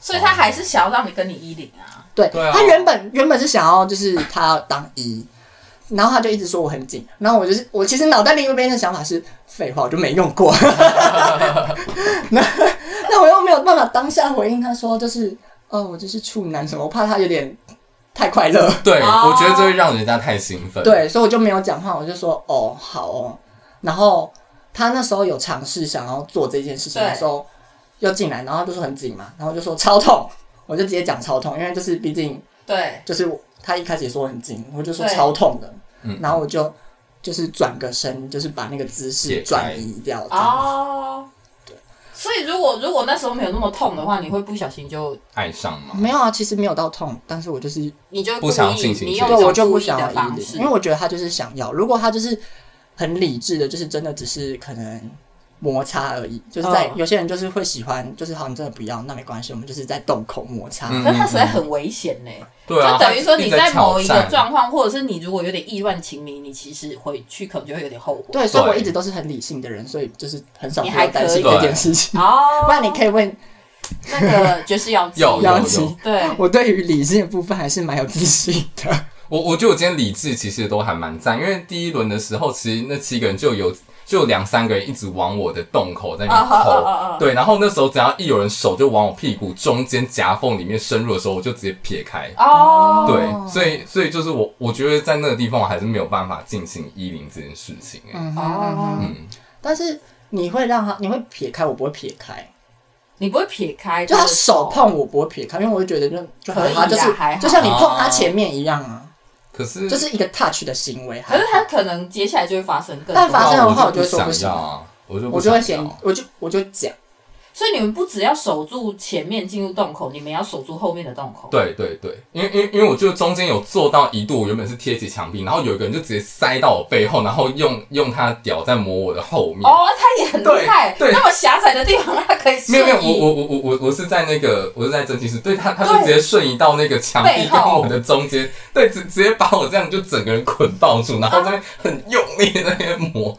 Speaker 1: 所以他还是想要让你跟你一零啊。
Speaker 3: 对
Speaker 2: 对啊
Speaker 3: 他原本原本是想要就是他要当一，然后他就一直说我很紧，然后我就是我其实脑袋另一边的想法是废话，我就没用过， 那那我又没有办法当下回应他说就是哦我就是处男什么，我怕他有点太快乐，
Speaker 2: 对，
Speaker 1: 哦
Speaker 2: 我觉得这会让人家太兴奋。，
Speaker 3: 对，所以我就没有讲话，我就说哦好哦，然后他那时候有尝试想要做这件事情的时候，又进来，然后他就说很紧嘛，然后我就说超痛，我就直接讲超痛，因为就是毕竟。
Speaker 1: 对，
Speaker 3: 就是我他一开始也说我很紧，我就说
Speaker 1: 对
Speaker 3: 超痛的，
Speaker 2: 嗯
Speaker 3: 然后我就就是转个身，就是把那个姿
Speaker 2: 解
Speaker 3: 势
Speaker 2: 开
Speaker 3: 转移掉。这样
Speaker 1: 哦，所以如果如果那时候没有那么痛的话，你会不小心就
Speaker 2: 爱上嘛，
Speaker 3: 没有啊，其实没有到痛，但是我就是
Speaker 1: 你就
Speaker 2: 不想
Speaker 1: 故意
Speaker 2: 进行
Speaker 1: 你
Speaker 2: 这
Speaker 1: 用
Speaker 2: 个
Speaker 1: 一
Speaker 3: 对
Speaker 1: 种
Speaker 3: 我就
Speaker 1: 故
Speaker 3: 不
Speaker 1: 意
Speaker 3: 想
Speaker 1: 的
Speaker 3: 要
Speaker 1: 方
Speaker 3: 依恋，
Speaker 1: 式
Speaker 3: 因为，我觉得他就是想要。如果他就是很理智的，就是真的只是可能摩擦而已，就是在、
Speaker 1: 嗯
Speaker 3: 有些人就是会喜欢，就是好你真的不要，那没关系，我们就是在洞口摩擦。
Speaker 2: 嗯
Speaker 1: 可是他实在很危险呢、
Speaker 2: 对啊，
Speaker 1: 就等于说你
Speaker 2: 在
Speaker 1: 在某一
Speaker 2: 挑
Speaker 1: 个
Speaker 2: 战
Speaker 1: 状况，或者是你如果有点意乱情迷，你其实回去可能就会有点后悔。
Speaker 3: 对，所以我
Speaker 2: 对
Speaker 3: 一直都是很理性的人，所以就是很少
Speaker 1: 你
Speaker 3: 会
Speaker 1: 还
Speaker 3: 担心
Speaker 1: 可以
Speaker 3: 这件事情。
Speaker 1: 哦
Speaker 3: 不然你可以问
Speaker 1: 那个爵士 要
Speaker 2: 有
Speaker 3: 邀
Speaker 2: 有
Speaker 3: 请
Speaker 2: 有，
Speaker 1: 对，
Speaker 3: 我对于理性的部分还是蛮有自信的。
Speaker 2: 我我觉得我今天理智其实都还蛮赞，因为第一轮的时候，其实那七个人就有就有两三个人一直往我的洞口在那
Speaker 1: 啊
Speaker 2: 边
Speaker 1: 好
Speaker 2: 抠，
Speaker 1: 啊啊啊
Speaker 2: 对，然后那时候只要一有人手就往我屁股中间夹缝里面深入的时候，我就直接撇开。
Speaker 1: 哦，
Speaker 2: 对，所以所以就是我，我觉得在那个地方我还是没有办法进行衣领这件事情、欸。
Speaker 1: 哦，
Speaker 2: 嗯，
Speaker 3: 但是你会让他，你会撇开，我不会撇开，
Speaker 1: 你不会撇开，
Speaker 3: 就他手，碰我不会撇开，因为我就觉得就就
Speaker 1: 可以
Speaker 3: 他
Speaker 1: 啊
Speaker 3: 就是
Speaker 1: 还好
Speaker 3: 就像你碰他前面一样啊，
Speaker 2: 可是
Speaker 3: 就是一个 touch 的行为。
Speaker 1: 可是他可能接下来就会发生更
Speaker 3: 但
Speaker 1: 多
Speaker 3: 发。生的话
Speaker 2: 我就
Speaker 3: 我就会说
Speaker 2: 不
Speaker 3: 不行
Speaker 2: 想要啊，我就不
Speaker 3: 我就会
Speaker 2: 想
Speaker 3: 嫌
Speaker 2: 要，
Speaker 3: 我就我就讲，
Speaker 1: 所以你们不只要守住前面进入洞口，你们也要守住后面的洞口。
Speaker 2: 对对对，因为因为因为我就中间有做到一度，我原本是贴起墙壁，然后有一个人就直接塞到我背后，然后用用他的屌在磨我的后面。
Speaker 1: 哦，他也很厉害，
Speaker 2: 对对
Speaker 1: 那么狭窄的地方他可以
Speaker 2: 没有没有，
Speaker 1: 瞬移
Speaker 2: 我我我我我我是在那个我是在蒸汽室，对他他就直接瞬移到那个墙壁
Speaker 1: 背
Speaker 2: 跟
Speaker 1: 后
Speaker 2: 我的中间，对直直接把我这样就整个人捆抱住，然后这边很用力地在那边磨，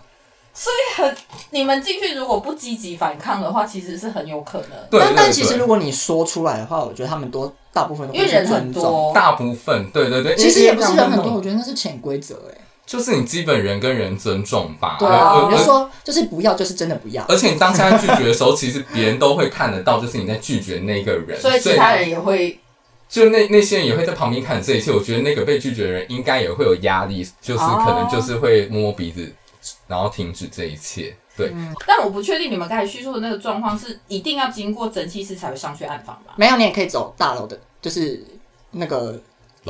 Speaker 1: 所以很， 你们进去如果不积极反抗的话，其实是很有可能，
Speaker 2: 对
Speaker 3: 但但
Speaker 2: 对
Speaker 3: 其实
Speaker 2: 对
Speaker 3: 如果你说出来的话，我觉得他们多大部分都
Speaker 1: 因为
Speaker 3: 会
Speaker 1: 人
Speaker 3: 尊
Speaker 1: 很
Speaker 3: 重。
Speaker 1: 多，
Speaker 2: 大部分对对对，
Speaker 3: 其实也不是
Speaker 2: 因为
Speaker 3: 人很
Speaker 2: 因
Speaker 3: 多，
Speaker 2: 为
Speaker 3: 我觉得那是潜规则哎。
Speaker 2: 就是你基本人跟人尊重吧，呃
Speaker 3: 对
Speaker 1: 啊
Speaker 2: 而
Speaker 3: 啊，
Speaker 2: 而
Speaker 3: 我就说就是不要，就是真的不要。
Speaker 2: 而且你当下在拒绝的时候，其实别人都会看得到，就是你在拒绝那个人，
Speaker 1: 所以其他人也会
Speaker 2: 就那那些人也会在旁边看这一切。我觉得那个被拒绝的人应该也会有压力，就是
Speaker 1: 哦
Speaker 2: 可能就是会摸摸鼻子，然后停止这一切。对，
Speaker 1: 但我不确定你们刚才叙述的那个状况是一定要经过整气室才会上去暗访吧？
Speaker 3: 没有，你也可以走大楼的，就是那个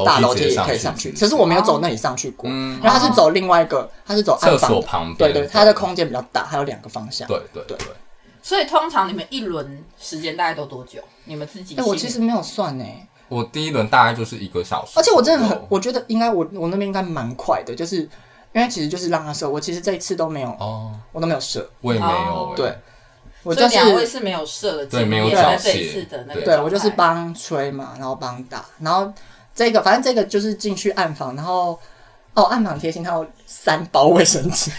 Speaker 3: 大楼
Speaker 2: 直
Speaker 3: 梯
Speaker 2: 接
Speaker 3: 也可以上去。可是我没有走那里上去过，
Speaker 2: 嗯，
Speaker 3: 然后他是走另外一个，他是走暗
Speaker 2: 厕
Speaker 3: 房
Speaker 2: 所
Speaker 3: 的，
Speaker 2: 旁边，
Speaker 3: 对对，它的空间比较大，还有两个方向。
Speaker 2: 对对对对，
Speaker 1: 所以通常你们一轮时间大概都多久？你们自己
Speaker 3: 哎、
Speaker 1: 心里？
Speaker 3: 我其实没有算哎、
Speaker 2: 我第一轮大概就是一个小时，哦
Speaker 3: 而且我真的
Speaker 2: 嗯
Speaker 3: 很，我觉得应该我我那边应该蛮快的，就是因为其实就是让他射，我其实这一次都没有，
Speaker 2: 哦，
Speaker 3: 我都没有射，
Speaker 2: 我也没有
Speaker 1: 哦，
Speaker 2: 欸
Speaker 3: 对，我
Speaker 1: 所以
Speaker 3: 就
Speaker 1: 两位
Speaker 3: 是
Speaker 1: 是没有射的经
Speaker 2: 对
Speaker 1: 验，
Speaker 2: 没有
Speaker 1: 在
Speaker 2: 缴
Speaker 1: 这
Speaker 2: 械
Speaker 1: 一次的那个
Speaker 2: 对
Speaker 3: 对我就是
Speaker 1: 状态
Speaker 3: 帮吹嘛，然后帮打，然后这个反正这个就是进去暗房，然后哦暗房贴心，它有三包卫生纸，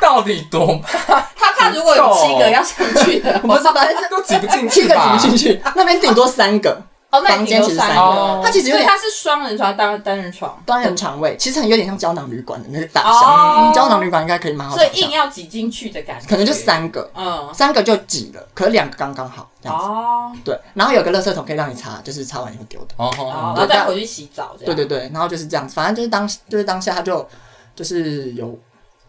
Speaker 2: 到底多
Speaker 1: 他怕如果有七个要上去的
Speaker 3: 我不知道，反正
Speaker 2: 都挤不进
Speaker 3: 七
Speaker 2: 去
Speaker 3: 个
Speaker 2: 吧？
Speaker 3: 挤不进去，那边顶多三个
Speaker 1: 哦，那
Speaker 3: 房
Speaker 1: 你
Speaker 3: 间
Speaker 1: 有
Speaker 3: 其实
Speaker 1: 三
Speaker 3: 三
Speaker 1: 个，
Speaker 3: 个
Speaker 1: 哦
Speaker 3: 它其实有
Speaker 1: 所以
Speaker 3: 点
Speaker 1: 它是双人床，单单人床，
Speaker 3: 单人床位，其实很有点像胶囊旅馆的那个大
Speaker 1: 哦
Speaker 3: 小，嗯胶囊旅馆应该可以蛮好
Speaker 1: 所
Speaker 3: 想
Speaker 1: 以
Speaker 3: 象
Speaker 1: 硬，要挤进去的感觉，
Speaker 3: 可能就，三个。
Speaker 1: 嗯，
Speaker 3: 三个就挤了，可是两个刚刚好这样子。
Speaker 1: 哦，
Speaker 3: 对，然后有个垃圾桶可以让你擦，就是擦完以后丢的。
Speaker 2: 哦
Speaker 1: 哦
Speaker 2: 哦，
Speaker 1: 然后再回去洗澡，这
Speaker 3: 对
Speaker 1: 样，
Speaker 3: 啊对对，然后就是这样子，反正就是当就是当下他就就是有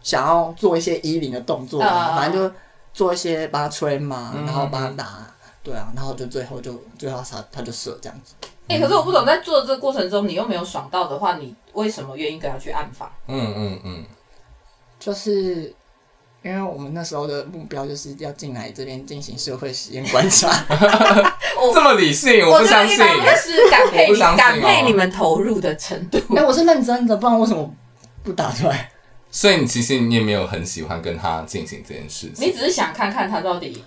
Speaker 3: 想要做一些衣领的动作啊，
Speaker 1: 嗯
Speaker 3: 反正就做一些帮他吹嘛，
Speaker 2: 嗯
Speaker 3: 然后帮他打，对啊，然后就最后就最后他他就射这样子。
Speaker 1: 哎、可是我不懂，在做的这个过程中，你又没有爽到的话，你为什么愿意跟他去暗访？
Speaker 2: 嗯嗯嗯，
Speaker 3: 就是因为我们那时候的目标就是要进来这边进行社会实验观 察，
Speaker 2: 这么理性，我
Speaker 1: 觉
Speaker 2: 不
Speaker 1: 得
Speaker 2: 相
Speaker 1: 一
Speaker 2: 信。
Speaker 1: 般都是感佩
Speaker 2: 我不
Speaker 1: 你
Speaker 2: 相信哦
Speaker 1: 感佩你们投入的程度。
Speaker 3: 哎、我是认真的，不然为什么不打出来？
Speaker 2: 所以你其实你也没有很喜欢跟他进行这件事
Speaker 1: 你
Speaker 2: 情。
Speaker 1: 只是想看看他到底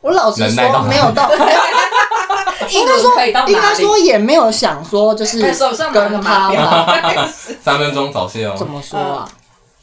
Speaker 3: 我老实
Speaker 2: 能耐到
Speaker 3: 说，没有到，
Speaker 1: 英
Speaker 3: 应该
Speaker 1: 文可以到
Speaker 3: 说应
Speaker 1: 哪
Speaker 3: 该
Speaker 1: 里？
Speaker 3: 说也没有想说就是
Speaker 1: 哎手上拿个
Speaker 3: 跟
Speaker 1: 马
Speaker 3: 他
Speaker 1: 表
Speaker 3: 嘛，
Speaker 2: 三分钟早泄哦，
Speaker 3: 怎么说啊？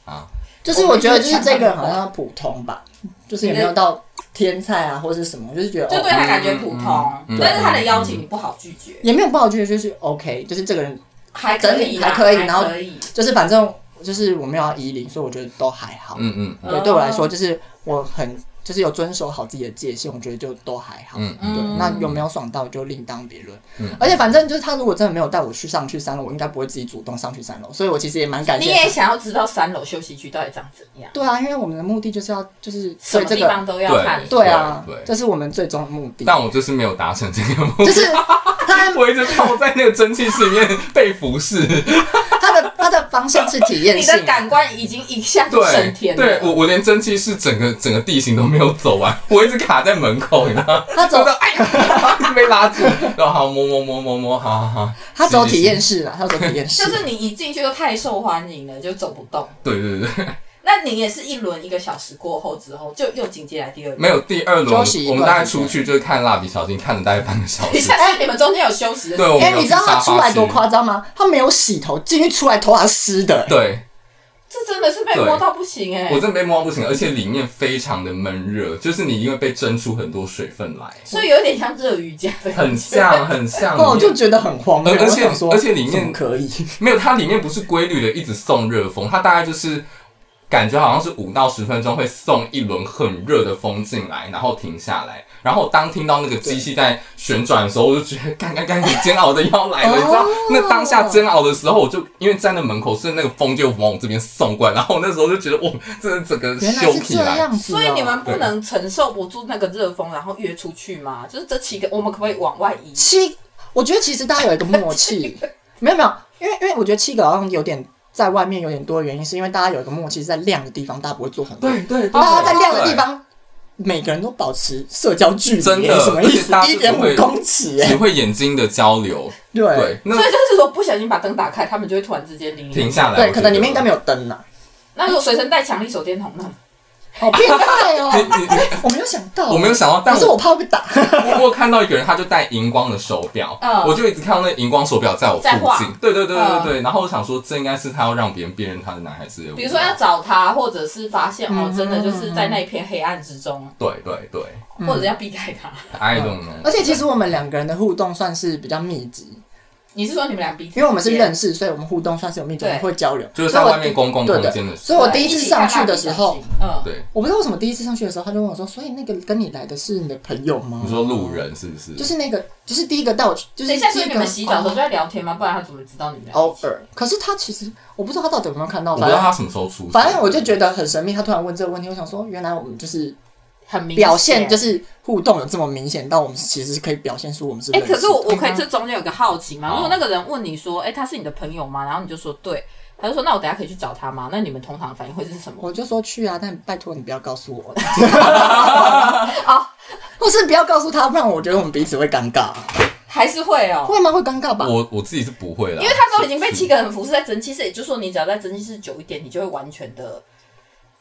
Speaker 2: 啊，
Speaker 3: 就是我觉得就是这个人好像普通吧，就是也没有到天才啊或者什么，就是觉得
Speaker 1: 就对
Speaker 3: 哦
Speaker 1: 他感觉普通
Speaker 2: 嗯嗯，
Speaker 1: 但是他的邀请你不好拒绝，
Speaker 3: 也没有不好拒绝，就是 OK，就是这个人
Speaker 1: 还可以啦，
Speaker 3: 还可以然后
Speaker 1: 可以
Speaker 3: 就是反正就是我没有要依零，所以我觉得都还好。
Speaker 2: 嗯嗯
Speaker 1: 嗯
Speaker 3: 对，对我来说就是我很就是有遵守好自己的界限，我觉得就都还好。
Speaker 2: 嗯嗯，
Speaker 1: 嗯
Speaker 3: 对，那有没有爽到就另当别论。
Speaker 2: 嗯
Speaker 3: 而且反正就是他如果真的没有带我去上去三楼，我应该不会自己主动上去三楼，所以我其实也蛮感
Speaker 1: 你
Speaker 3: 谢
Speaker 1: 也
Speaker 3: 他。
Speaker 1: 想要知道三楼休息区到底长怎样，
Speaker 3: 对啊，因为我们的目的就是要就是
Speaker 1: 什
Speaker 3: 所以
Speaker 1: 么
Speaker 3: 这
Speaker 1: 地
Speaker 3: 个
Speaker 1: 方都要看。
Speaker 3: 对啊
Speaker 2: 对对，
Speaker 3: 这是我们最终的目的。
Speaker 2: 但我就是没有达成这个 目
Speaker 3: 就
Speaker 2: 的。
Speaker 3: 是他
Speaker 2: 我一直泡在那个蒸汽室里面被服侍，
Speaker 3: 他的他的方向是体验
Speaker 1: 你
Speaker 3: 性啊
Speaker 1: 的，感官已经一下就升
Speaker 2: 对，
Speaker 1: 天
Speaker 2: 对我
Speaker 1: 了。
Speaker 2: 我连蒸汽室整个整个地形都没有走完，我一直卡在门口，你知道吗？
Speaker 3: 他走
Speaker 2: 走到哎呀， 被拉住，然后好摸摸摸摸摸，好好好，
Speaker 3: 他走
Speaker 2: 是是
Speaker 3: 体验式啊，他走体验
Speaker 1: 就
Speaker 3: 式。
Speaker 1: 是你一进去就太受欢迎了，就走不动。
Speaker 2: 对对对，
Speaker 1: 那你也是一轮一个小时过后之后，就又紧接来第二轮。
Speaker 2: 没有第二轮
Speaker 3: 休息一，段
Speaker 2: 我们大概出去就是看蜡笔小新，看了大概半个小
Speaker 1: 等一
Speaker 2: 时
Speaker 1: 下，。哎，你们中间有休息的时
Speaker 2: 对，
Speaker 1: 候，
Speaker 2: 我们
Speaker 3: 哎、
Speaker 2: 有
Speaker 3: 你
Speaker 2: 去
Speaker 3: 知道他
Speaker 2: 沙
Speaker 3: 出
Speaker 2: 发
Speaker 3: 来
Speaker 2: 区
Speaker 3: 多夸张吗？他没有洗头，进去出来头发湿的、
Speaker 2: 对，
Speaker 1: 这真的是被摸到不行哎、
Speaker 2: 我真的被摸到不行，而且里面非常的闷热，就是你因为被蒸出很多水分来，
Speaker 1: 所以有点像热瑜伽的感
Speaker 2: 很
Speaker 1: 觉。
Speaker 2: 像很像。
Speaker 3: 哦，我就觉得很荒谬。
Speaker 2: 而而且
Speaker 3: 我想说
Speaker 2: 而且里面
Speaker 3: 怎么可以，
Speaker 2: 没有，它里面不是规律的一直送热风，它大概就是感觉好像是五到十分钟会送一轮很热的风进来，然后停下来。然后我当听到那个机器在旋转的时候，我就觉得干干干，你煎熬的要来了，你知
Speaker 3: 哦
Speaker 2: 道？那当下煎熬的时候，我就因为站在门口，所以那个风就往我这边送过来，然后我那时候就觉得，哇，真的整个
Speaker 3: 原来
Speaker 2: 羞
Speaker 3: 是
Speaker 2: 起
Speaker 3: 这
Speaker 2: 来。
Speaker 3: 样子、哦。
Speaker 1: 所以你们不能承受不住那个热风，然后约出去吗？就是这七个，我们可不可以往外移？
Speaker 3: 七，我觉得其实大家有一个默契，没有没有，因为因为我觉得七个好像有点在外面有点多的原因，是因为大家有一个默契，是在亮的地方大家不会做很多，
Speaker 2: 对对对，
Speaker 1: 哦
Speaker 3: 大家哦在亮的地
Speaker 2: 对
Speaker 3: 方。每个人都保持社交距离，欸
Speaker 2: 真的
Speaker 3: 什么意思
Speaker 2: 而？且大
Speaker 3: 一
Speaker 2: 家
Speaker 3: 点
Speaker 2: 不
Speaker 3: 五
Speaker 2: 会
Speaker 3: 公尺、
Speaker 2: 只
Speaker 3: 哎，
Speaker 2: 会眼睛的交流。
Speaker 3: 对
Speaker 2: 对，那
Speaker 1: 所以就是说，不小心把灯打开，他们就会突然之间离你
Speaker 2: 停。下来，我
Speaker 3: 对，
Speaker 2: 觉
Speaker 3: 可能里
Speaker 2: 得
Speaker 3: 面应该没有灯啊呐、
Speaker 1: 那如果随身带强力手电筒呢？
Speaker 3: 好变态
Speaker 2: 你
Speaker 3: 哦！
Speaker 2: 你你
Speaker 3: 我没有想到，
Speaker 2: 我没有想到，但
Speaker 3: 哦可是我怕会被 打。
Speaker 2: 我我看到一个人，他就戴荧光的手表，
Speaker 1: 嗯
Speaker 2: 我就一直看到那荧光手表在我附
Speaker 1: 在晃
Speaker 2: 近。对对对对对对。然后我想说，这应该是他要让别人辨认他的男孩子的味道。
Speaker 1: 比如说要找他，或者是发现
Speaker 3: 嗯
Speaker 1: 哦，真的就是在那一片黑暗之中，
Speaker 2: 对对对
Speaker 3: 嗯
Speaker 1: 或者是要避开他。
Speaker 2: ，I don't know。
Speaker 3: 而且其实我们两个人的互动算是比较密集，
Speaker 1: 你是说你们俩彼此？
Speaker 3: 因为我们是认识，所以我们互动算是有密集，我们会交流。
Speaker 2: 就是在外面公共
Speaker 3: 对
Speaker 2: 空
Speaker 3: 对
Speaker 2: 间的时
Speaker 3: 所以我第一次上去的时候
Speaker 1: 一，起看蜡笔小新，嗯，
Speaker 2: 对，
Speaker 3: 我不知道为什么第一次上去的时候，他就问我说：“所以那个跟你来的是你的朋友吗？”
Speaker 2: 你说路，人是不是？
Speaker 3: 就是那个，就是第一个带我去，就是
Speaker 1: 等一下，
Speaker 3: 第
Speaker 1: 所
Speaker 3: 一
Speaker 1: 以
Speaker 3: 个
Speaker 1: 你们洗澡的时候就
Speaker 3: 哦
Speaker 1: 在聊天吗？不然他怎么知道你们俩？
Speaker 3: 偶尔。可是他其实我不知道他到底有没有看到，
Speaker 2: 我不
Speaker 3: 反
Speaker 2: 知道他
Speaker 3: 正
Speaker 2: 什么时候出现。
Speaker 3: 反正我就觉得很神秘。他突然问这个问题，我想说，原来我们就是
Speaker 1: 很明。
Speaker 3: 表现，就是是互动有这么明显，到我们其实是可以表现出我们是啊
Speaker 1: 哎、
Speaker 3: 认识的。
Speaker 1: 可是我我可以这中间有个好奇嘛？
Speaker 2: 好
Speaker 1: 如果那个人问你说，哎、他是你的朋友吗？然后你就说对，他就说那我等下可以去找他吗？那你们通常反应会是什么？
Speaker 3: 我就说去啊，但拜托你不要告 诉我，哦
Speaker 1: 哦
Speaker 3: 或是不要告诉他，不然我觉得我们彼此会尴尬。
Speaker 1: 还是会哦、
Speaker 3: 会吗？会尴尬吧？
Speaker 2: 我我自己是不会啦，
Speaker 1: 因为他都已经被七个人服侍在蒸汽室，也就是说你只要在蒸汽室久一点，你就会完全的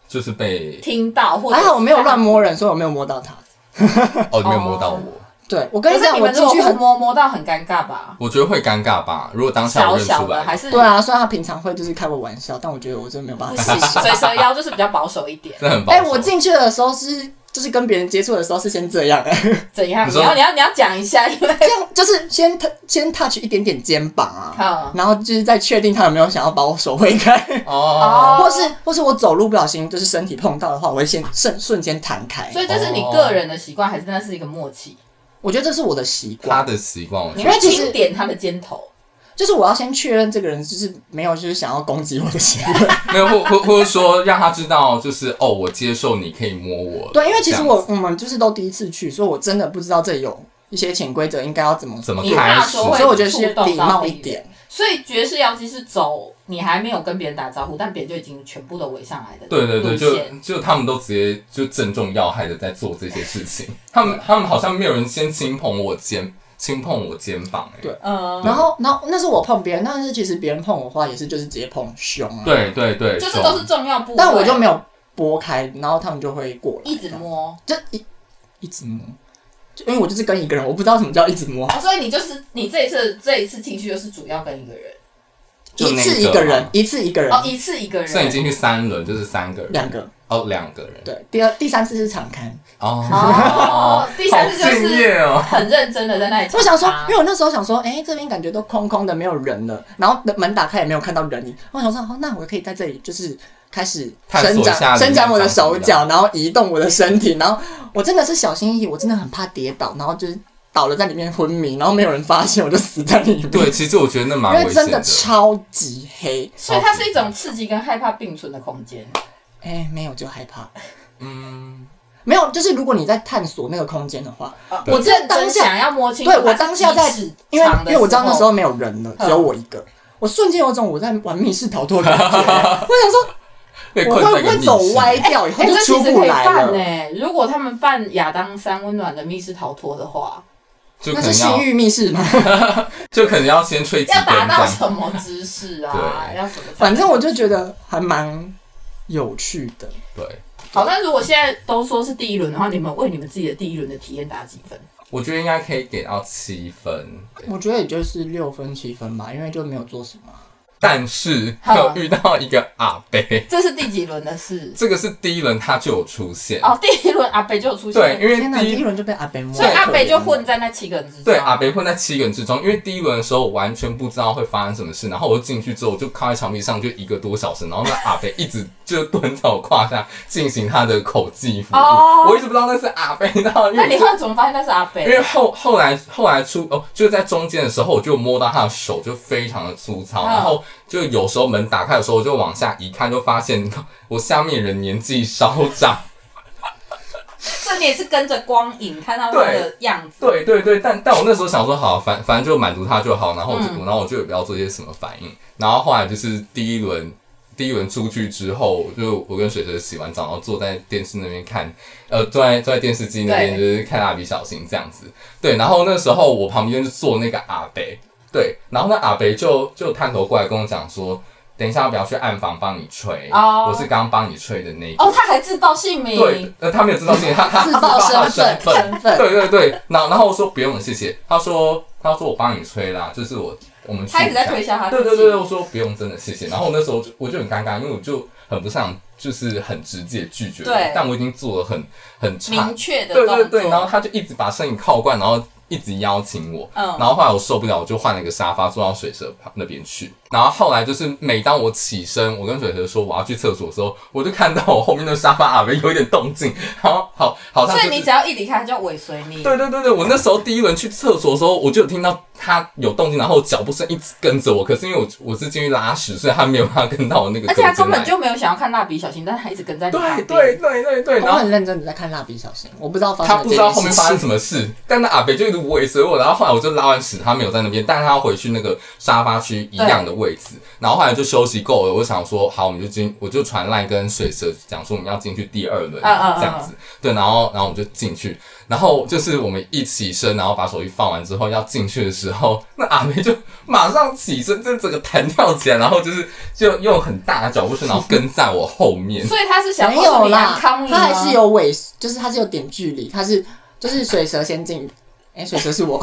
Speaker 2: 就是被
Speaker 1: 听到或者
Speaker 3: 还啊好我没有乱
Speaker 1: 摸。
Speaker 3: 摸人，所以我没有摸到他。
Speaker 2: 哦你没有摸到我，
Speaker 3: 对，我跟
Speaker 1: 可
Speaker 3: 你
Speaker 1: 是
Speaker 3: 讲，
Speaker 1: 你
Speaker 3: 我
Speaker 1: 们
Speaker 3: 进
Speaker 1: 如
Speaker 3: 去
Speaker 1: 果
Speaker 3: 很
Speaker 1: 摸摸到很尴尬 吧？
Speaker 2: 我觉得会尴尬吧。如果当下
Speaker 1: 小
Speaker 2: 我认出
Speaker 1: 小的
Speaker 2: 来，
Speaker 1: 还是
Speaker 3: 对啊，虽然他平常会就是开我玩笑，但我觉得我真的没有办
Speaker 1: 不
Speaker 3: 法。
Speaker 1: 行，水蛇腰就是比较保守一点。
Speaker 2: 真的很保
Speaker 3: 哎、
Speaker 2: 守
Speaker 3: 我进去的时候是就是跟别人接触的时候是先这样、哎
Speaker 1: 怎样？
Speaker 2: 你
Speaker 1: 你
Speaker 2: 说
Speaker 1: 要你要你要讲一下，因为
Speaker 3: 这样就是先 tou- 先 touch 一点点肩膀啊，
Speaker 1: 嗯
Speaker 3: 然后就是再确定他有没有想要把我手挥开，
Speaker 2: 哦，
Speaker 3: 或是或是我走路不小心就是身体碰到的话，我会先瞬瞬间弹开。
Speaker 1: 所以这是你个人的习惯，还是那是一个默契？
Speaker 3: 我觉得这是我的习
Speaker 2: 他
Speaker 3: 惯，
Speaker 2: 的习惯，我觉
Speaker 1: 你
Speaker 2: 得
Speaker 1: 会轻点他的肩头，
Speaker 3: 就是我要先确认这个人就是没有就是想要攻击我的行为。
Speaker 2: 没有或或或者说让他知道，就是哦，我接受你可以摸我了。
Speaker 3: 对，因为其实
Speaker 2: 这样
Speaker 3: 我我们就是都第一次去，所以我真的不知道这里有一些潜规则应该要怎么
Speaker 2: 怎么
Speaker 1: 你
Speaker 2: 开
Speaker 1: 怕
Speaker 2: 始，
Speaker 1: 说会
Speaker 3: 所以我觉得是
Speaker 1: 触动到
Speaker 3: 礼貌一
Speaker 1: 别人
Speaker 3: 点。
Speaker 1: 所以爵士妖姬是走你还没有跟别人打招呼，但别人就已经全部都围上来的
Speaker 2: 对对对，
Speaker 1: 路
Speaker 2: 就
Speaker 1: 线
Speaker 2: 就他们都直接就正中要害的在做这些事情，他们他们好像没有人先轻捧我肩，轻碰我肩膀、欸，
Speaker 3: 对
Speaker 1: 嗯，
Speaker 3: 然后，然后那是我碰别人，但是其实别人碰我的话也是就是直接碰胸啊，，
Speaker 2: 对对对，
Speaker 1: 就是
Speaker 2: 手
Speaker 1: 都是重要部位，
Speaker 3: 但我就没有拨开，然后他们就会过来，
Speaker 1: 一直，摸。
Speaker 3: 就一一直摸，就因为我就是跟一个人，我不知道什么叫一直摸，
Speaker 1: 哦，所以你就是你这一次这一次进去就是主要跟一个人，
Speaker 2: 就
Speaker 3: 一
Speaker 2: 那
Speaker 3: 次
Speaker 2: 一
Speaker 3: 一
Speaker 2: 个
Speaker 3: 个
Speaker 2: 嘛
Speaker 3: 人，一次一个人，
Speaker 1: 哦，一次一个
Speaker 2: 所以你
Speaker 1: 人，
Speaker 2: 进去三轮就是三个人，
Speaker 3: 两个，
Speaker 2: 哦，两个人，
Speaker 3: 对，第二第三次是场刊，
Speaker 2: 哦，
Speaker 1: 哦，第三次就
Speaker 2: 好敬业
Speaker 1: 是
Speaker 2: 哦
Speaker 1: 很认真的在那里，
Speaker 3: 我想说，因为我那时候想说，哎、这边感觉都空空的，没有人了，然后门打开也没有看到人影。我想说，哦，那我可以在这里就是开始
Speaker 2: 探索
Speaker 3: 伸
Speaker 2: 一下
Speaker 3: 展
Speaker 2: 里面
Speaker 3: 伸展我的
Speaker 2: 长什么
Speaker 3: 手脚，然后移动我的身体，然后我真的是小心翼翼，我真的很怕跌倒，然后就是倒了在里面昏迷，然后没有人发现，我就死在里面。
Speaker 2: 对，其实我觉得那蛮
Speaker 3: 因
Speaker 2: 危
Speaker 3: 为
Speaker 2: 险
Speaker 3: 真的超级黑，
Speaker 1: 所以它是一种刺激跟害怕并存的空间。
Speaker 3: 哎、没有就害怕。
Speaker 2: 嗯，
Speaker 3: 没有，就是如果你在探索那个空间的话，
Speaker 2: 对
Speaker 3: 哦我真的当
Speaker 1: 认真
Speaker 3: 下
Speaker 1: 想要摸清楚它
Speaker 3: 对
Speaker 1: 是
Speaker 3: 我当下在
Speaker 1: 几尺，
Speaker 3: 因为
Speaker 1: 长
Speaker 3: 因为我知道那时
Speaker 1: 时
Speaker 3: 候没有人了，
Speaker 2: 嗯
Speaker 3: 只有我一个，我瞬间有种我在玩密室逃脱的感 觉。我想说，
Speaker 2: 被
Speaker 3: 我
Speaker 2: 困
Speaker 3: 会
Speaker 2: 在一个
Speaker 3: 不会
Speaker 2: 密
Speaker 3: 走
Speaker 2: 室
Speaker 3: 歪掉，以后
Speaker 1: 哎、
Speaker 3: 就
Speaker 1: 这
Speaker 3: 出
Speaker 1: 其实
Speaker 3: 不
Speaker 1: 可以
Speaker 3: 来
Speaker 1: 办呢、
Speaker 3: 了？
Speaker 1: 如果他们办亚当山温暖的密室逃脱的话，
Speaker 2: 就
Speaker 3: 那
Speaker 2: 可
Speaker 3: 是
Speaker 2: 能
Speaker 3: 性
Speaker 2: 要
Speaker 3: 欲密室吗？
Speaker 2: 就可能要先吹几
Speaker 1: 要
Speaker 2: 根
Speaker 1: 达
Speaker 2: 这
Speaker 1: 到
Speaker 2: 样，
Speaker 1: 什么姿势啊？
Speaker 2: 对
Speaker 1: 要怎么？
Speaker 3: 反正我就觉得还蛮有趣的。
Speaker 2: 对。
Speaker 1: 好。那如果现在都说是第一轮的话，你们为你们自己的第一轮的体验打几分？
Speaker 2: 我觉得应该可以给到七分，
Speaker 3: 我觉得也就是六分七分吧，因为就没有做什么。
Speaker 2: 但是
Speaker 1: 好
Speaker 2: 又遇到一个阿贝，
Speaker 1: 这是第几轮的事？
Speaker 2: 这个是第一轮他就有出现，
Speaker 1: 哦，第一轮阿北就有出现，
Speaker 2: 对，因为
Speaker 3: 天哪，
Speaker 2: 第
Speaker 3: 第
Speaker 2: 一
Speaker 3: 一轮就被阿北摸了，
Speaker 1: 所以阿北就
Speaker 3: 可怜
Speaker 1: 混在那七个人之中。
Speaker 2: 对阿北混在七个人之中，因为第一轮的时候我完全不知道会发生什么事，然后我就进去之后我就靠在墙壁上就一个多小时，然后那阿北一直就蹲在我胯下进行他的口技服务，
Speaker 1: 哦
Speaker 2: 我一直不知道那是阿北，然后因
Speaker 1: 那
Speaker 2: 为
Speaker 1: 你后来怎么发现那是阿北？
Speaker 2: 因为后后来后来出哦，就在中间的时候，我就摸到他的手就非常的粗糙，
Speaker 1: 嗯
Speaker 2: 然后就有时候门打开的时候，我就往下一看，就发现哦我下面人年纪稍长。
Speaker 1: 这你也是跟着光影看到他的样子。
Speaker 2: 对对对，但但我那时候想说，好，反反正就满足他就好，然后我就、
Speaker 1: 嗯
Speaker 2: 然后我就也不要做一些什么反应。然后后来就是第一轮第一轮出去之后，就我跟水水洗完澡，然后坐在电视那边看，呃，坐在坐在电视机那边
Speaker 1: 对
Speaker 2: 就是看蜡笔小新这样子。对，然后那时候我旁边就坐那个阿北，对，然后那阿北就就探头过来跟我讲说。等一下，要不要去暗房帮你吹
Speaker 1: 哦
Speaker 2: 我是刚帮你吹的那个。
Speaker 1: 哦，他还自报姓名。
Speaker 2: 对，呃，他没有知道这个，他他
Speaker 3: 自
Speaker 2: 他
Speaker 3: 爆
Speaker 2: 知道他的
Speaker 3: 身份
Speaker 2: 身份，
Speaker 3: 身份。
Speaker 2: 对对对，然后然后我说不用了，谢谢。他说他说我帮你吹啦，就是我我们去
Speaker 1: 他一直在
Speaker 2: 一下
Speaker 1: 推销他自己
Speaker 2: 对对对，我说不用，真的谢谢。然后那时候就我就很尴尬，因为我就很不想就是很直接拒绝，
Speaker 1: 对
Speaker 2: 但我已经做了很很差
Speaker 1: 明，确的
Speaker 2: 对
Speaker 1: 动作。
Speaker 2: 对对，然后他就一直把身影靠过来，然后。一直邀请我，
Speaker 1: 嗯
Speaker 2: 然后后来我受不了，我就换了一个沙发坐到水蛇旁那边去。然后后来就是每当我起身，我跟水蛇说我要去厕所的时候，我就看到我后面的沙发阿伯有一点动静，然后好好像
Speaker 1: 所以
Speaker 2: 就是
Speaker 1: 你只要一离开，他就尾随你。
Speaker 2: 对对对对，我那时候第一轮去厕所的时候，我就有听到他有动静，然后脚步声一直跟着我。可是因为我我是进去拉屎，所以他没有办法跟到我那个
Speaker 1: 而
Speaker 2: 隔
Speaker 1: 且
Speaker 2: 间来。
Speaker 1: 他根本就没有想要看蜡笔小新，但是他一直跟在你旁
Speaker 2: 对
Speaker 1: 边。
Speaker 2: 对对对对，
Speaker 3: 我
Speaker 2: 然后
Speaker 3: 很认真的在看蜡笔小新，我不知道发生
Speaker 2: 他
Speaker 3: 了
Speaker 2: 不知道后面发
Speaker 3: 这件
Speaker 2: 生
Speaker 3: 事
Speaker 2: 什么事，但那阿北就一直尾随我。然后后来我就拉完屎，他没有在那边，但是他要回去那个沙发区一样的位置。然后后来就休息够了，我想说好，我们就进，我就传赖跟水蛇讲说我们要进去第二轮
Speaker 1: 嗯嗯嗯
Speaker 2: 这样子。对，然后然后我们就进去，然后就是我们一起身，然后把手机放完之后要进去的时候，那阿梅就马上起身，就整个弹跳起来，然后就是就用很大的脚步声，然后跟在我后 面。
Speaker 1: 所以他是想
Speaker 3: 没有啦，
Speaker 1: 康你
Speaker 3: 他还是有尾，就是他是有点距离，他是就是水蛇先进，哎、水蛇 是我，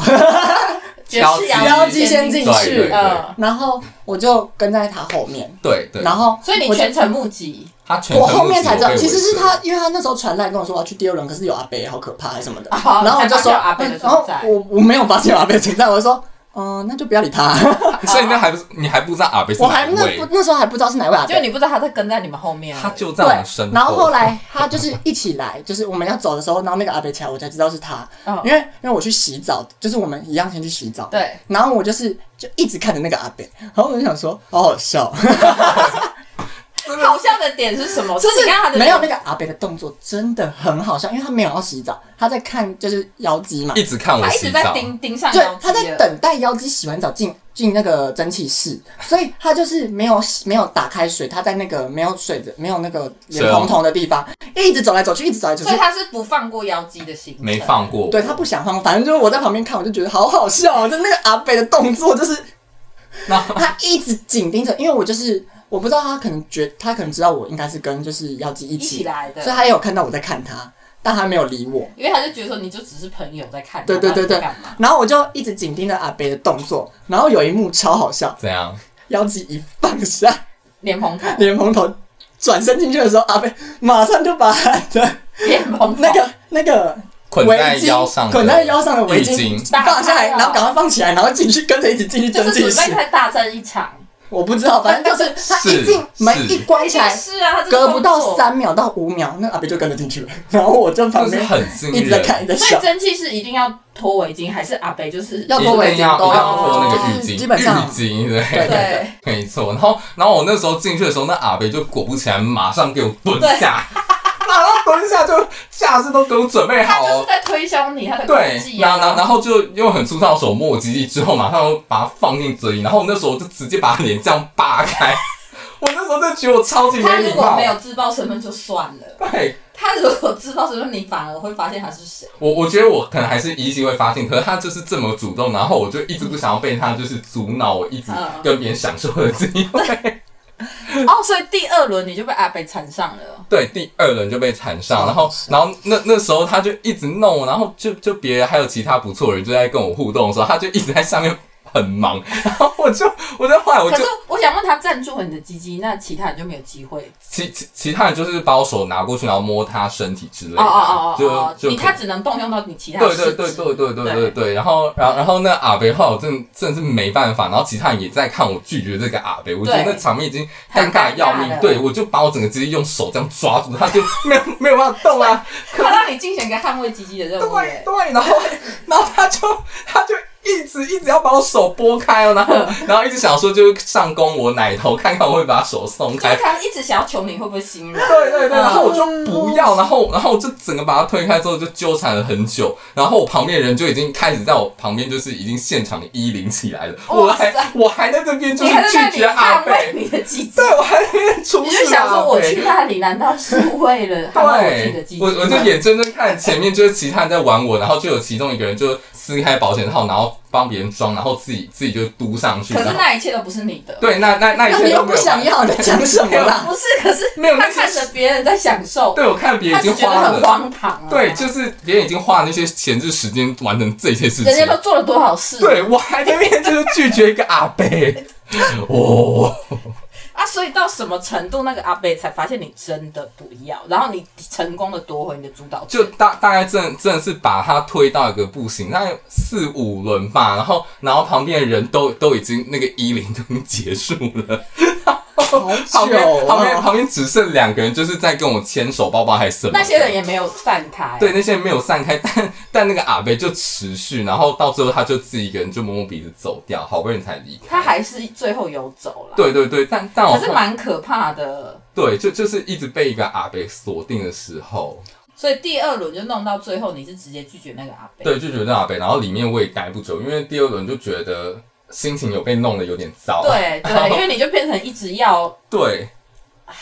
Speaker 1: 爵士
Speaker 2: 妖
Speaker 1: 摇
Speaker 2: 姬
Speaker 3: 先进
Speaker 2: 对
Speaker 3: 去
Speaker 2: 对对
Speaker 1: 嗯，
Speaker 3: 然后我就跟在他后面，
Speaker 2: 对对，
Speaker 3: 然后
Speaker 1: 所以你
Speaker 3: 我就
Speaker 1: 全程目击。
Speaker 2: 他全
Speaker 3: 我
Speaker 2: 程
Speaker 3: 后面
Speaker 2: 目击
Speaker 3: 才知
Speaker 2: 我
Speaker 3: 道，
Speaker 2: 被
Speaker 3: 其实
Speaker 2: 尾
Speaker 3: 是
Speaker 2: 随
Speaker 3: 他，因为他那时候传来跟我说我要去第二轮，可是有阿北，好可怕，还是什么的。
Speaker 1: 哦
Speaker 3: 然后我就
Speaker 1: 才发现
Speaker 3: 说，
Speaker 1: 有阿北的
Speaker 3: 嗯然后
Speaker 1: 存在
Speaker 3: 我我没有发现有阿北存在，我就说，嗯、那就不要理他。
Speaker 2: 所以那还不是你还不知啊道阿北是
Speaker 3: 我
Speaker 2: 哪
Speaker 3: 还
Speaker 2: 一
Speaker 3: 那
Speaker 2: 位
Speaker 3: 不，那时候还不知道是哪位阿
Speaker 1: 就
Speaker 3: 北。
Speaker 1: 你不知道他在跟在你们后面，啊
Speaker 2: 他就在我
Speaker 3: 对
Speaker 2: 们身，后。
Speaker 3: 然后后来他就是一起来，就是我们要走的时候，然后那个阿北起来，我才知道是他，
Speaker 1: 嗯
Speaker 3: 因为因为我去洗澡，就是我们一样先去洗澡，
Speaker 1: 对，
Speaker 3: 然后我 哦就是就一直看着那个阿北，然后我就想说，好好笑，
Speaker 2: 真的
Speaker 1: 好笑的点是什么？
Speaker 3: 就
Speaker 1: 你
Speaker 3: 是
Speaker 1: 看他的
Speaker 3: 没有那个阿北的动作真的很好笑，因为他没有要洗澡，他在看就是妖姬嘛，
Speaker 2: 一直看我
Speaker 1: 他一
Speaker 2: 洗
Speaker 1: 直在
Speaker 2: 澡，
Speaker 1: 盯盯上
Speaker 3: 对
Speaker 1: 妖，姬
Speaker 3: 他在
Speaker 1: 了
Speaker 3: 等待妖姬洗完澡进进那个蒸汽室，所以他就是没有洗没有打开水，他在那个没有水的没有那个
Speaker 2: 水
Speaker 3: 脸
Speaker 2: 龙
Speaker 3: 红彤的地方一直走来走去，一直走来走去
Speaker 1: 所以。他是不放过妖姬的行程，
Speaker 2: 没放过。
Speaker 3: 对他不想放，反正就是我在旁边看，我就觉得好好笑哦，就那个阿北的动作，就是他一直紧盯着，因为我就是我不知道他可能觉他可能知道我应该是跟就是妖姬一
Speaker 1: 一
Speaker 3: 起
Speaker 1: 起来的
Speaker 3: 所以，他也有看到我在看他，但他没有理我。
Speaker 1: 因为他就觉得说你就只是朋友在看他，
Speaker 3: 对对对对
Speaker 1: 到底在干嘛？，
Speaker 3: 然后我就一直紧盯着阿北的动作，然后有一幕超好笑，
Speaker 2: 怎样？
Speaker 3: 妖姬一放下
Speaker 1: 脸红 头，
Speaker 3: 莲蓬头，转身进去的时候，阿北马上就把他的
Speaker 1: 脸红头
Speaker 3: 那个那个
Speaker 2: 捆
Speaker 3: 围
Speaker 2: 在
Speaker 3: 巾
Speaker 2: 腰上的
Speaker 3: 捆在腰上的围
Speaker 2: 浴
Speaker 3: 巾
Speaker 2: 巾
Speaker 3: 放下来，
Speaker 1: 打开哦
Speaker 3: 然后赶快放起来，然后进去跟着一起进去
Speaker 1: 就
Speaker 3: 蒸
Speaker 1: 是
Speaker 3: 汽
Speaker 1: 准备
Speaker 3: 室。
Speaker 1: 在大战一场，
Speaker 3: 我不知道，反正就是他一进
Speaker 2: 是
Speaker 3: 门一关起来，
Speaker 1: 是啊，他这个
Speaker 3: 隔不
Speaker 1: 动
Speaker 3: 到
Speaker 1: 作。
Speaker 3: 三秒到五秒，那阿北就跟着进去了，然后我就旁
Speaker 2: 就是
Speaker 3: 边
Speaker 2: 很惊
Speaker 3: 一直在看，一
Speaker 2: 人，
Speaker 3: 直在
Speaker 1: 所
Speaker 3: 笑
Speaker 1: 以。蒸汽是一定要脱围巾，还是阿北就是
Speaker 3: 要脱围
Speaker 2: 一
Speaker 3: 巾
Speaker 2: 定要一
Speaker 3: 都
Speaker 2: 定
Speaker 1: 要
Speaker 2: 要脱那个
Speaker 3: 就是
Speaker 2: 浴巾，
Speaker 3: 啊基本上
Speaker 2: 浴巾对。
Speaker 1: 对
Speaker 2: 没错，然后，然后我那时候进去的时候，那阿北就果不其然，马上给我蹲下， 马上蹲下就下次都给我准备
Speaker 1: 他
Speaker 2: 好哦
Speaker 1: 就是。在推销你他的科，
Speaker 2: 对
Speaker 1: 技
Speaker 2: 然
Speaker 1: 啊，
Speaker 2: 后然后然后就用很粗糙的手摸我鸡鸡，之后马上又把它放进嘴里，然后我那时候就直接把脸这样扒开，我那时候就觉得我超级
Speaker 1: 他
Speaker 2: 没
Speaker 1: 如
Speaker 2: 礼
Speaker 1: 果
Speaker 2: 貌
Speaker 1: 没。有自报身份就算了，
Speaker 2: 对，
Speaker 1: 他如果自报身份，你反而会发现他是 谁。
Speaker 2: 我我觉得我可能还是依稀会发现，可是他就是这么主动，然后我就一直不想要被他就是阻挠，我一直
Speaker 1: 嗯
Speaker 2: 跟别人享受的机 会。
Speaker 1: 哦，所以第二轮你就被阿北缠上了。
Speaker 2: 对，第二轮就被缠上，
Speaker 3: 嗯
Speaker 1: 哦
Speaker 2: 然后
Speaker 3: 是
Speaker 2: 然后那那时候他就一直弄我，然后就就别人还有其他不错的人就在跟我互动的时候，他就一直在上面很忙，然后我就我就后来我
Speaker 1: 可
Speaker 2: 就是
Speaker 1: 我想问他赞助了你的鸡鸡，那其他人就没有机会。
Speaker 2: 其其其他人就是把我手拿过去，然后摸他身体之类的，
Speaker 1: 哦哦哦哦，
Speaker 2: 就
Speaker 1: 哦，
Speaker 2: 就
Speaker 1: 你他只能动用到你其他
Speaker 2: 对
Speaker 1: 四肢
Speaker 2: 对对对对对对对，然后然后然后那阿北后来我真真的是没办法，然后其他人也在看我拒绝这个阿北，我觉得
Speaker 1: 对
Speaker 2: 那场面已经
Speaker 1: 很尴
Speaker 2: 尴尬得要
Speaker 1: 尬
Speaker 2: 命
Speaker 1: 了，
Speaker 2: 对我就把我整个直接用手这样抓 住，他就没有没有办法动啊，
Speaker 1: 他让你进行一个捍卫鸡鸡的任
Speaker 2: 对
Speaker 1: 务哎耶。
Speaker 2: 对，然后然后他就他就。一直一直要把我手拨开哦，然后然后一直想说就是上攻我奶头，看看我会把手松
Speaker 1: 就
Speaker 2: 开
Speaker 1: 是，他一直想要求你会不会心软，
Speaker 2: 对对
Speaker 1: 嗯
Speaker 2: 对，然后我就不要，然后然后我就整个把它推开之后就纠缠了很久，然后我旁边的人就已经开始在我旁边就是已经现场依零起来了，我
Speaker 1: 哇塞
Speaker 2: 还我还在这边就
Speaker 1: 你
Speaker 2: 是
Speaker 1: 还在那
Speaker 2: 拒
Speaker 1: 里
Speaker 2: 绝阿
Speaker 1: 捍卫
Speaker 2: 贝，
Speaker 1: 你的鸡鸡
Speaker 2: 对，我还在那边出
Speaker 1: 你
Speaker 2: 事
Speaker 1: 就想
Speaker 2: 阿
Speaker 1: 说我去
Speaker 2: 贝。
Speaker 1: 那里难道是为了捍卫我自己的
Speaker 2: 对
Speaker 1: 鸡，鸡
Speaker 2: 我
Speaker 1: 吗？
Speaker 2: 我就眼睁睁看前面就是其他人在玩我，然后就有其中一个人就撕开保险套，然后帮别人装，然后自己自己就嘟上去，
Speaker 1: 可是
Speaker 2: 然后
Speaker 1: 那一切都不是你的，
Speaker 2: 对那那那一
Speaker 3: 那
Speaker 2: 切
Speaker 3: 你
Speaker 2: 都
Speaker 3: 又
Speaker 2: 没
Speaker 3: 不
Speaker 2: 有
Speaker 3: 想
Speaker 2: 办法，
Speaker 3: 要，你在讲什么啦？
Speaker 1: 不是，可是
Speaker 2: 没有那
Speaker 1: 他
Speaker 2: 是
Speaker 1: 看着别人在享受，
Speaker 2: 对我看别人
Speaker 1: 他
Speaker 2: 已经
Speaker 1: 只觉
Speaker 2: 花
Speaker 1: 得很
Speaker 2: 了，
Speaker 1: 荒唐啊。
Speaker 2: 对，就是别人已经花了那些闲置时间完成这些事情，
Speaker 1: 人家都做了多少事，
Speaker 2: 对我还在面就是拒绝一个阿 伯，哦，
Speaker 1: 啊，所以到什么程度，那个阿贝才发现你真的不要，然后你成功的夺回你的主导权
Speaker 2: 就。大大概真的真的是把他推到一个不行，大概四五轮吧，然后然后旁边的人都都已经那个衣领都已经结束了，
Speaker 3: 好
Speaker 2: 旁
Speaker 3: 久
Speaker 2: 边旁边
Speaker 3: 哦，
Speaker 2: 旁边只剩两个人，就是在跟我牵手抱抱还是什么的，
Speaker 1: 那些人也没有散开，啊
Speaker 2: 对，那些人没有散开，但但那个阿伯就持续，然后到最后他就自己一个人就摸摸鼻子走掉，好不容易才离开。
Speaker 1: 他还是最后游走了。，
Speaker 2: 对对对，但但我
Speaker 1: 可是蛮可怕的。
Speaker 2: 对，就就是一直被一个阿伯锁定的时候，
Speaker 1: 所以第二轮就弄到最后，你是直接拒绝那个阿贝。
Speaker 2: 对，就觉得阿北，然后里面我也待不久，因为第二轮就觉得心情有被弄得有点糟。
Speaker 1: 对对，因为你就变成一直要
Speaker 2: 对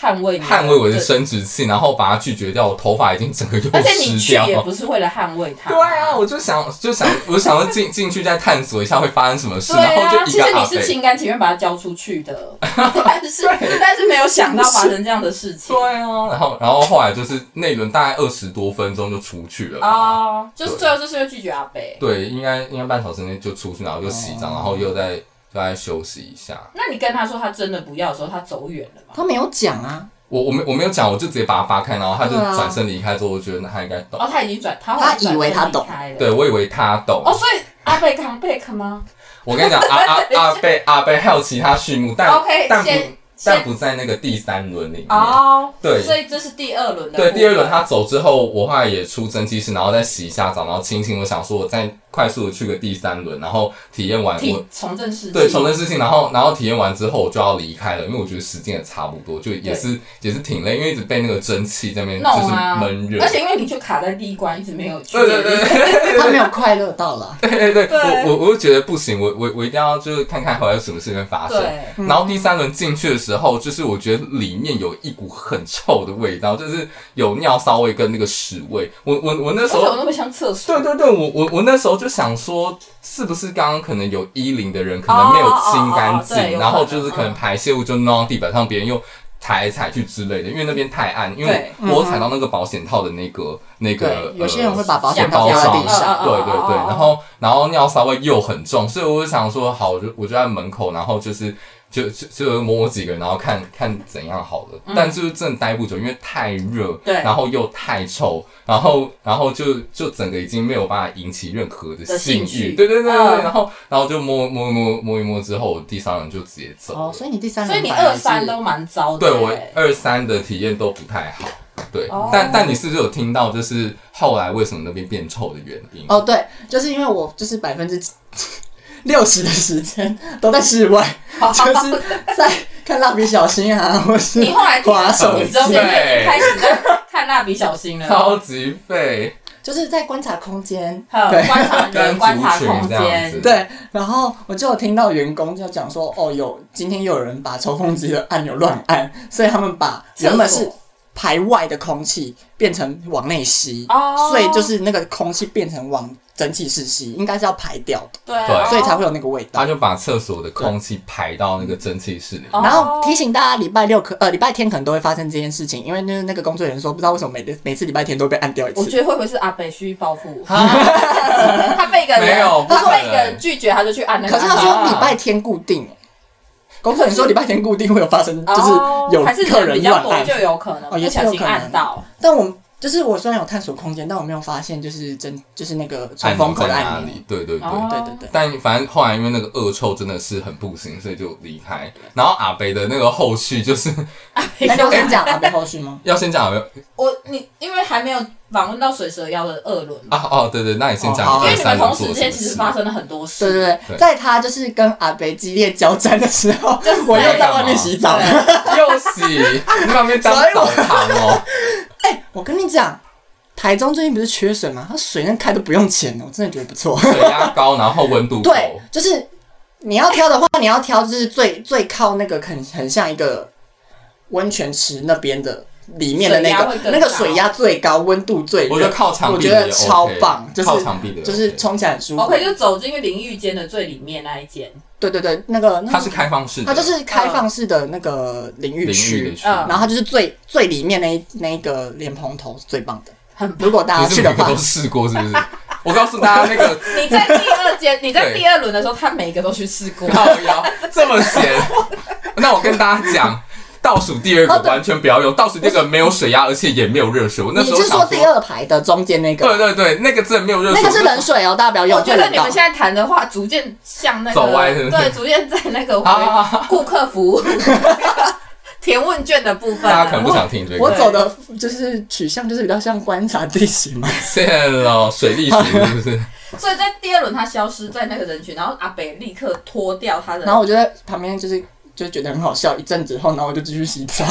Speaker 1: 捍卫你的
Speaker 2: 捍卫我的生殖器，然后把它拒绝掉，我头发已经整个就
Speaker 1: 而且你
Speaker 2: 湿
Speaker 1: 去
Speaker 2: 掉
Speaker 1: 也。不是为了捍卫他。
Speaker 2: 哦 对啊，我就想就想我想要进进去再探索一下会发生什么事，
Speaker 1: 对
Speaker 2: 然后
Speaker 1: 啊，
Speaker 2: 哦就一
Speaker 1: 其
Speaker 2: 个
Speaker 1: 实
Speaker 2: 阿
Speaker 1: 你是
Speaker 2: 北。
Speaker 1: 心甘情愿把它交出去 的，但是但是没有想到发生这样的事情。
Speaker 2: 对啊，然后然后后来就是那一轮大概二十多分钟就出去了吧。
Speaker 1: 哦，就是最后就是会拒绝阿北。
Speaker 2: 对，应该应该半小时内就出去，然后就洗澡，然后
Speaker 1: 哦
Speaker 2: 又再又再休息一下。
Speaker 1: 那你跟他说他真的不要的时候，他走远了吗？
Speaker 3: 他没有讲啊，
Speaker 2: 我我没我没有讲，我就直接把他扒开，然后他就
Speaker 3: 对啊
Speaker 2: 转身离开之后，我觉得他应该懂。
Speaker 1: 哦，他已经转，他
Speaker 3: 他以为他懂
Speaker 1: 转身离开了。
Speaker 2: 对，我以为他懂。
Speaker 1: 哦，所以阿贝扛贝克吗
Speaker 2: 我跟你讲，阿 阿阿贝阿贝还有其他序幕，但
Speaker 1: ？OK，
Speaker 2: 但不
Speaker 1: 先
Speaker 2: 但
Speaker 1: 先
Speaker 2: 不在那个第三轮里面。
Speaker 1: 哦，
Speaker 2: 对
Speaker 1: 所以这是第二轮的部分。
Speaker 2: 对，第二轮他走之后，我后来也出蒸汽室，然后再洗一下澡，然后清清。我想说，我再快速的去个第三轮，然后体验完我
Speaker 1: 挺重振士气。
Speaker 2: 对重任事情，然后然后体验完之后我就要离开了，因为我觉得时间也差不多，就也是也是挺累，因为一直被那个蒸汽在那边就
Speaker 1: 弄
Speaker 2: 是
Speaker 1: 啊
Speaker 2: 闷热，
Speaker 1: 而且因为你就卡在第一关，一直没有去。
Speaker 2: 对对对。
Speaker 3: 他没有快乐到啦。
Speaker 2: 对对对，
Speaker 1: 对
Speaker 2: 我我我就觉得不行，我我我一定要就是看看还有什么事情会发生。
Speaker 1: 对
Speaker 2: 然后第三轮进去的时候，就是我觉得里面有一股很臭的味道，就是有尿骚味跟那个屎味。我我我那
Speaker 1: 为
Speaker 2: 时
Speaker 1: 什么
Speaker 2: 候，
Speaker 1: 那么像厕所？
Speaker 2: 对对对，我我我那时候就想说，是不是刚刚可能有衣领的人可能没有清
Speaker 1: 哦哦哦
Speaker 2: 干净，
Speaker 1: 哦对有可能
Speaker 2: 然后就是可能
Speaker 1: 嗯
Speaker 2: 排泄物就弄到地板上，别人又。踩一踩去之类的，因为那边太暗，因为我有踩到那个保险套的那个那个
Speaker 3: 嗯对，，有些人
Speaker 2: 呃
Speaker 3: 会把保险
Speaker 1: 想到
Speaker 3: 套
Speaker 2: 包
Speaker 3: 压在
Speaker 2: 上
Speaker 3: 地上。
Speaker 1: 啊
Speaker 2: 对
Speaker 1: 啊
Speaker 2: 对
Speaker 1: 啊
Speaker 2: 对，
Speaker 1: 啊
Speaker 2: 然后然后尿骚味又很重，所以我就想说，好，我就我就在门口，然后就是就就就摸摸几个，然后看看怎样好了。但就是真的待不久，因为太热，
Speaker 1: 嗯对
Speaker 2: 然后又太臭，然后然后就就整个已经没有办法引起任何的
Speaker 1: 的
Speaker 2: 性
Speaker 1: 兴
Speaker 2: 欲，
Speaker 1: 趣
Speaker 2: 对对对对，
Speaker 1: 嗯
Speaker 2: 然后然后就摸摸摸摸一摸之后，我第三轮就直接走了。
Speaker 3: 哦，所以你第三
Speaker 1: 所
Speaker 3: 轮
Speaker 1: 以你
Speaker 3: 反而
Speaker 1: 二
Speaker 3: 是
Speaker 1: 三都蛮糟的。欸
Speaker 2: 对我二三的体验都不太好。对，
Speaker 1: 哦
Speaker 2: 但但你是不是有听到，就是后来为什么那边变臭的原因？
Speaker 3: 哦，对，就是因为我就是百分之六十的时间都在室外，就是在看蜡笔小新啊，或是
Speaker 1: 你后来听
Speaker 3: 滑
Speaker 1: 了
Speaker 3: 手
Speaker 1: 你
Speaker 3: 机
Speaker 1: 之后，就已经开始在看蜡笔小新了。
Speaker 2: 超级废，
Speaker 3: 就是在观察空间。
Speaker 1: 好，
Speaker 3: 对
Speaker 1: 观察人，
Speaker 2: 跟
Speaker 1: 观察
Speaker 2: 族群
Speaker 1: 空
Speaker 2: 这样子
Speaker 1: 间，
Speaker 3: 对，然后我就有听到员工就讲说，哦，有今天又有人把抽风机的按钮乱按，所以他们把原本
Speaker 1: 厕
Speaker 3: 是
Speaker 1: 所
Speaker 3: 排外的空气变成往内吸，
Speaker 1: 哦
Speaker 3: 所以就是那个空气变成往蒸汽室吸，应该是要排掉的，
Speaker 1: 对哦
Speaker 2: 对
Speaker 3: 所以才会有那个味道
Speaker 2: 他。就把厕所的空气排到那个蒸汽室里。
Speaker 1: 哦
Speaker 3: 然后提醒大家，礼拜六可呃礼拜天可能都会发生这件事情，因为就是那个工作人员说，不知道为什么每个每次礼拜天都被按掉一
Speaker 1: 我
Speaker 3: 次。
Speaker 1: 觉得会不会是阿北蓄意报复我？
Speaker 2: 啊
Speaker 1: 他被一个人
Speaker 2: 没有不
Speaker 1: 他被
Speaker 2: 可
Speaker 1: 一
Speaker 2: 能
Speaker 1: 个人拒绝，他就去按那个
Speaker 3: 可
Speaker 1: 按
Speaker 3: 是
Speaker 1: 钮。
Speaker 3: 他说礼拜天固定，欸工作人员说礼拜天固定会有发生，就是
Speaker 1: 哦
Speaker 3: 有
Speaker 1: 还是
Speaker 3: 客
Speaker 1: 人
Speaker 3: 人
Speaker 1: 比较
Speaker 3: 乱
Speaker 1: 多
Speaker 3: 按
Speaker 1: 就。有可能
Speaker 3: 哦
Speaker 1: 不
Speaker 3: 也是有
Speaker 1: 小
Speaker 3: 可能
Speaker 1: 心按到。
Speaker 3: 但我们就是我虽然有探索空间，但我没有发现就是真就是那个出
Speaker 2: 按钮
Speaker 3: 风口
Speaker 2: 在
Speaker 3: 的
Speaker 2: 哪
Speaker 3: 按钮
Speaker 2: 里。？对对对。
Speaker 1: 哦
Speaker 3: 对对对，
Speaker 2: 但反正后来因为那个恶臭真的是很不行，所以就离开。然后阿北的那个后续就是
Speaker 3: 那就先讲阿贝后续吗？
Speaker 2: 要先讲阿北
Speaker 1: 我你因为还没有访问到水蛇腰的二轮嘛，
Speaker 2: 啊哦对对，那你先讲
Speaker 3: 哦
Speaker 1: 因
Speaker 2: 二
Speaker 3: 好
Speaker 1: 为你
Speaker 2: 三
Speaker 1: 们
Speaker 2: 轮
Speaker 1: 同
Speaker 2: 做
Speaker 1: 时
Speaker 2: 什么
Speaker 1: 间其实发
Speaker 2: 事。
Speaker 1: 生了很多事。
Speaker 3: 对对
Speaker 2: 对
Speaker 3: 对，在他就是跟阿北激烈交战的时 候，我又在外面洗澡。
Speaker 2: 又洗，你旁边当
Speaker 3: 所以
Speaker 2: 澡
Speaker 3: 我
Speaker 2: 堂哦。
Speaker 3: 我跟你讲，台中最近不是缺水吗？它水那开都不用钱哦的，我真的觉得不错。
Speaker 2: 水压高，然后温度够。
Speaker 3: 对，就是你要挑的话，你要挑就是最最靠那个很很像一个温泉池那边的里面的那
Speaker 1: 水压会
Speaker 3: 个
Speaker 1: 更
Speaker 3: 那个水压最高，温度最热
Speaker 2: 我觉得靠墙
Speaker 3: 我
Speaker 2: 壁
Speaker 3: 觉
Speaker 2: 的也
Speaker 3: 得
Speaker 2: OK，
Speaker 3: 超棒，就是
Speaker 2: 靠墙壁的也
Speaker 3: 就是
Speaker 2: OK
Speaker 3: 冲起来很舒服。
Speaker 1: OK，就走哦进淋浴间的最里面那一间，
Speaker 3: 对对对，那个那
Speaker 2: 它是开放式的，
Speaker 3: 它就是呃开放式的那个淋
Speaker 2: 淋
Speaker 3: 浴
Speaker 2: 浴
Speaker 3: 区
Speaker 2: 的，区。
Speaker 1: 嗯
Speaker 3: 然后它就是最最里面那一那一个莲蓬头是最棒的。
Speaker 1: 很
Speaker 3: 如果大
Speaker 2: 你
Speaker 3: 家
Speaker 2: 嗯是
Speaker 3: 去
Speaker 2: 每
Speaker 3: 的
Speaker 2: 个
Speaker 3: 话
Speaker 2: 都，试过是不是？我告诉大家那个
Speaker 1: 你在第二 间，你在
Speaker 2: 对
Speaker 1: 第二轮的时候，他每一个都去试过。
Speaker 2: 靠腰这么闲，那我跟大家讲，倒数第二个
Speaker 3: 哦对
Speaker 2: 完全不要用，倒数第二个没有水压，而且也没有热水。我那
Speaker 3: 你
Speaker 2: 时候
Speaker 3: 是
Speaker 2: 想
Speaker 3: 说第二排的中间那个？
Speaker 2: 对对对，那个真的没有热水，
Speaker 3: 那个是冷水哦，大家不要用，
Speaker 1: 我觉
Speaker 3: 会
Speaker 1: 得
Speaker 3: 冷
Speaker 1: 你
Speaker 3: 到
Speaker 1: 们现在谈的话，逐渐向那个
Speaker 2: 走歪是不是
Speaker 1: 对，逐渐在那个
Speaker 2: 啊
Speaker 1: 顾客服 务填问卷的部分啊
Speaker 2: 大家可
Speaker 1: 了
Speaker 2: 能。不想听这
Speaker 3: 我
Speaker 2: 个，
Speaker 3: 走的就是取向，就是比较像观察地形嘛。
Speaker 2: 谢了水力水是不是？
Speaker 1: 所以在第二轮他消失在那个人群，然后阿北立刻脱掉他的，
Speaker 3: 然后我就在旁边，就是就觉得很好笑。一阵子后，然后我就继续洗澡，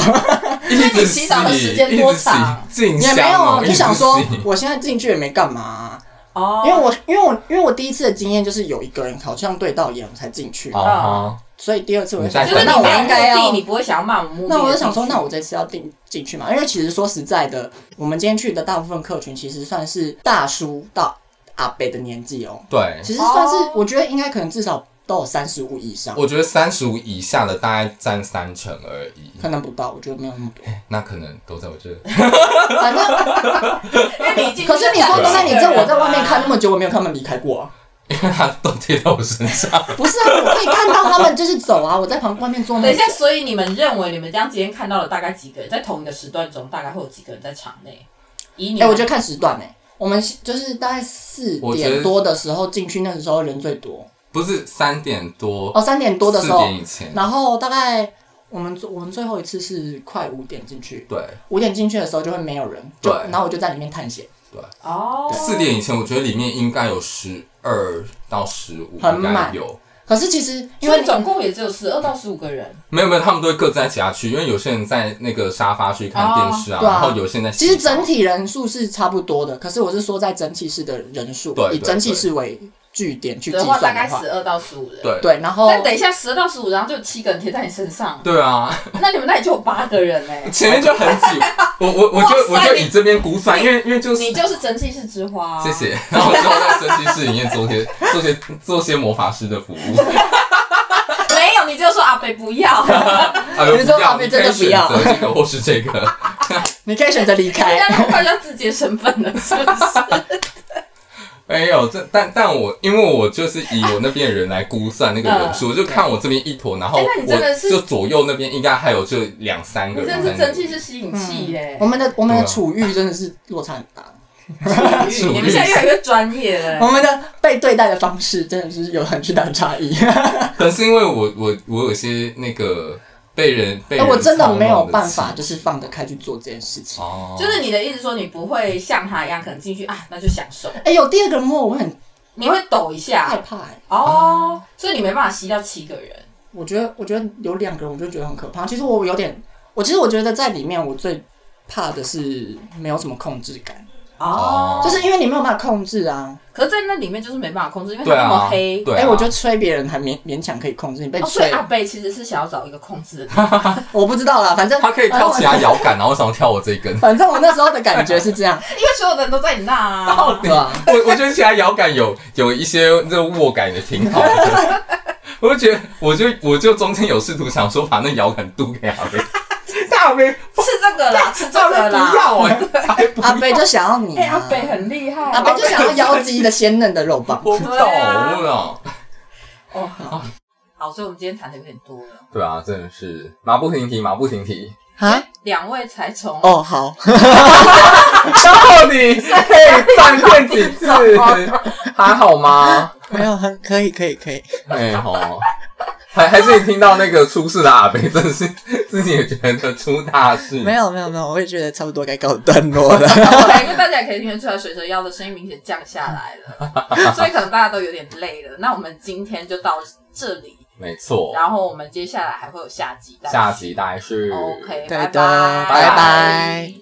Speaker 2: 一直
Speaker 1: 你洗澡的时间
Speaker 2: 洗
Speaker 1: 多长？
Speaker 2: 一直洗静
Speaker 3: 也
Speaker 2: 香
Speaker 3: 没有
Speaker 2: 哦
Speaker 3: 啊，，
Speaker 2: 一
Speaker 3: 就
Speaker 2: 直
Speaker 3: 想说
Speaker 2: 洗
Speaker 3: 我现在进去也没干嘛啊、
Speaker 1: 哦，
Speaker 3: 因为我因为我因为我第一次的经验就是有一个人好像对到眼我才进去，
Speaker 2: 啊
Speaker 3: 所以第二次我就
Speaker 2: 你在
Speaker 3: 想
Speaker 1: 就
Speaker 3: 说
Speaker 1: 是
Speaker 2: 等
Speaker 1: 你
Speaker 3: 那我
Speaker 1: 没有
Speaker 3: 应该
Speaker 1: 目的，
Speaker 3: 要
Speaker 1: 你不会想要漫无目的。
Speaker 3: 那我就想说，那我这次要定进去嘛？因为其实说实在的，我们今天去的大部分客群其实算是大叔到阿伯的年纪哦，
Speaker 2: 对。
Speaker 3: 其实算是
Speaker 1: 哦
Speaker 3: 我觉得应该可能至少都有三十五以上，
Speaker 2: 我觉得三十五以下的大概占三成而已，
Speaker 3: 可能不到，我觉得没有那么 多。
Speaker 2: 那可能都在我这。
Speaker 3: 反正
Speaker 1: 因为你进去
Speaker 3: 可是你说
Speaker 2: 对
Speaker 3: 刚
Speaker 2: 啊
Speaker 3: 才你这我在外面看那
Speaker 1: 么
Speaker 3: 么久，我没有看他们离开过啊。
Speaker 2: 因为它都贴到我身上。
Speaker 3: 不是啊，我可以看到他们就是走啊，我在旁外面坐那
Speaker 1: 等
Speaker 3: 么
Speaker 1: 一
Speaker 3: 久
Speaker 1: 下，。所以你们认为你们这样今天看到了大概几个人，在同一个时段中，大概会有几个人在场内？以你
Speaker 3: 哎、
Speaker 1: 们，
Speaker 3: 我就看时段哎、我们就是大概四
Speaker 2: 我觉得
Speaker 3: 点多的时候进去，那个时候人最多
Speaker 2: 不是三点多
Speaker 3: 哦，，三点多的时
Speaker 2: 四
Speaker 3: 候
Speaker 2: 点，以前，
Speaker 3: 然后大概我们我们最后一次是快五点进去，
Speaker 2: 对，
Speaker 3: 五点进去的时候就会没有人，就
Speaker 2: 对
Speaker 3: 然后我就在里面探险，
Speaker 2: 对，
Speaker 1: 哦，
Speaker 2: 四点以前我觉得里面应该有十二到十五，
Speaker 3: 很
Speaker 2: 应该
Speaker 3: 满
Speaker 2: 有。
Speaker 3: 可是其实因
Speaker 1: 因
Speaker 3: 为
Speaker 1: 为
Speaker 3: 你
Speaker 1: 总共也只有十二到十五个人，
Speaker 2: 没有没有，他们都会各自在其他区，因为有些人在那个沙发区看电视啊，
Speaker 3: 哦对啊
Speaker 2: 然后有些人在洗
Speaker 3: 其
Speaker 2: 澡。
Speaker 3: 实整体人数是差不多的，可是我是说在蒸汽室的人数
Speaker 2: 对，对
Speaker 3: 以蒸汽室为据点去计
Speaker 1: 的话
Speaker 3: 算
Speaker 1: 大概
Speaker 3: 的话
Speaker 1: 十，二到十五人。
Speaker 2: 对
Speaker 3: 对，然后
Speaker 1: 但等一下，十二到十五，然后就有七个人贴在你身上，
Speaker 2: 对啊，
Speaker 1: 那你们那里就有八个人 嘞、
Speaker 2: 前面就很挤，我我我就我
Speaker 1: 哇塞
Speaker 2: 就以这边估算，
Speaker 1: 你
Speaker 2: 因为因为就是
Speaker 1: 你就是蒸汽室之花、
Speaker 2: 谢。谢，然后之后在蒸汽室里面做些做些做些魔法师的 服务，
Speaker 1: 没有，你就说阿北不 要，
Speaker 2: 啊，
Speaker 3: 你说
Speaker 2: 要，
Speaker 3: 旁
Speaker 2: 你
Speaker 3: 边
Speaker 2: 可
Speaker 3: 真
Speaker 2: 以
Speaker 3: 的
Speaker 2: 选
Speaker 3: 不要
Speaker 2: 择这个或是这个，
Speaker 3: 你可以选择离
Speaker 1: 人
Speaker 3: 开
Speaker 1: 家。都快要自己的身份了，是不 是？
Speaker 2: 没有，这但但我因为我就是以我那边的人来估算那个人数，我就看我这边一坨，然后
Speaker 1: 嗯哎那你真的
Speaker 2: 我
Speaker 1: 是
Speaker 2: 就左右那边应该还有就两三个
Speaker 1: 你
Speaker 2: 人，
Speaker 1: 真的是
Speaker 2: 三
Speaker 1: 蒸
Speaker 2: 个
Speaker 1: 汽
Speaker 2: 人
Speaker 1: 室吸引器耶、
Speaker 3: 嗯我们的我们的
Speaker 2: 对啊
Speaker 3: 处遇真的是落差很大，
Speaker 2: 是
Speaker 1: 你们现在越来越专业了、
Speaker 2: 嗯
Speaker 3: 我们的被对待的方式真的是有很巨大的差异。
Speaker 2: 可能是因为我我我有些那个被人被
Speaker 3: 哎，
Speaker 2: 人
Speaker 3: 我真
Speaker 2: 操
Speaker 3: 的
Speaker 2: 弄
Speaker 3: 没有
Speaker 2: 的
Speaker 3: 办法，
Speaker 2: 气
Speaker 3: 就是放得开去做这件事情。
Speaker 2: 哦，
Speaker 1: 就是你的意思说，你不会像他一样，可能进去啊，那就享受，
Speaker 3: 哎，有第二个人摸我会很
Speaker 1: 你会抖一
Speaker 3: 害
Speaker 1: 下
Speaker 2: 嗯
Speaker 3: 怕，哎，
Speaker 1: 哦，所以你没办法吸到七个人。
Speaker 3: 我觉得我觉得有两个人我就觉得很可怕。其实我有点，我其实我觉得在里面我最怕的是没有什么控制感，
Speaker 2: 哦
Speaker 3: 就是因为你没有办法控制啊。
Speaker 1: 可是在那里面就是没办法控制，因为它
Speaker 2: 对
Speaker 1: 那么
Speaker 2: 啊，
Speaker 1: 黑。
Speaker 2: 对啊，
Speaker 3: 哎、我觉得吹别人还勉勉强可以控制，你被
Speaker 1: 哦，所
Speaker 3: 吹，
Speaker 1: 以阿贝其实是想要找一个控制的地方，
Speaker 3: 我不知道啦，反正
Speaker 2: 他可以挑其他
Speaker 3: 反正
Speaker 2: 摇杆，然后想要挑我这一根
Speaker 3: 我。反正我那时候的感觉是这样，
Speaker 1: 因为所有的人都在你那 啊。
Speaker 3: 对吧、
Speaker 2: 我我觉得其他摇杆有有一些这个握感也挺好的， 我就觉得我就我就中间有试图想说把那摇杆渡给 阿飞，但阿飞
Speaker 1: 吃这个啦，吃这
Speaker 2: 阿
Speaker 1: 个
Speaker 2: 飞
Speaker 1: 啦
Speaker 2: 不。要哎、
Speaker 3: 欸
Speaker 2: 阿飞不
Speaker 3: 阿
Speaker 2: 要，
Speaker 3: 贝就想要你、
Speaker 1: 哎、
Speaker 3: 啊
Speaker 1: 阿北很厉害、哦
Speaker 3: 阿贝就想要腰肌的鲜嫩的肉棒，
Speaker 2: 我不懂，
Speaker 1: 对啊
Speaker 2: 我不懂，
Speaker 1: 哦，好，好，所以我们今天谈的有点多了。
Speaker 2: 对啊，真的是马不停蹄，马不停蹄，
Speaker 3: 啊，
Speaker 1: 两位才从
Speaker 3: 哦好，
Speaker 2: 到底可以断片几次？还好吗？
Speaker 3: 没有很可以可以可以，
Speaker 2: 哎吼，还还是你听到那个出事的阿北，真的是自己也觉得出大事。
Speaker 3: 有没有没有，我也觉得差不多该告一段落了。
Speaker 1: 对，因为大家也可以听得出来，水蛇腰的声音明显降下来了，所以可能大家都有点累了。那我们今天就到这里，
Speaker 2: 没错，
Speaker 1: 然后我们接下来还会有下集，
Speaker 2: 下集大概是
Speaker 1: OK，
Speaker 3: 对
Speaker 1: 拜
Speaker 3: 的拜
Speaker 2: 拜
Speaker 3: 拜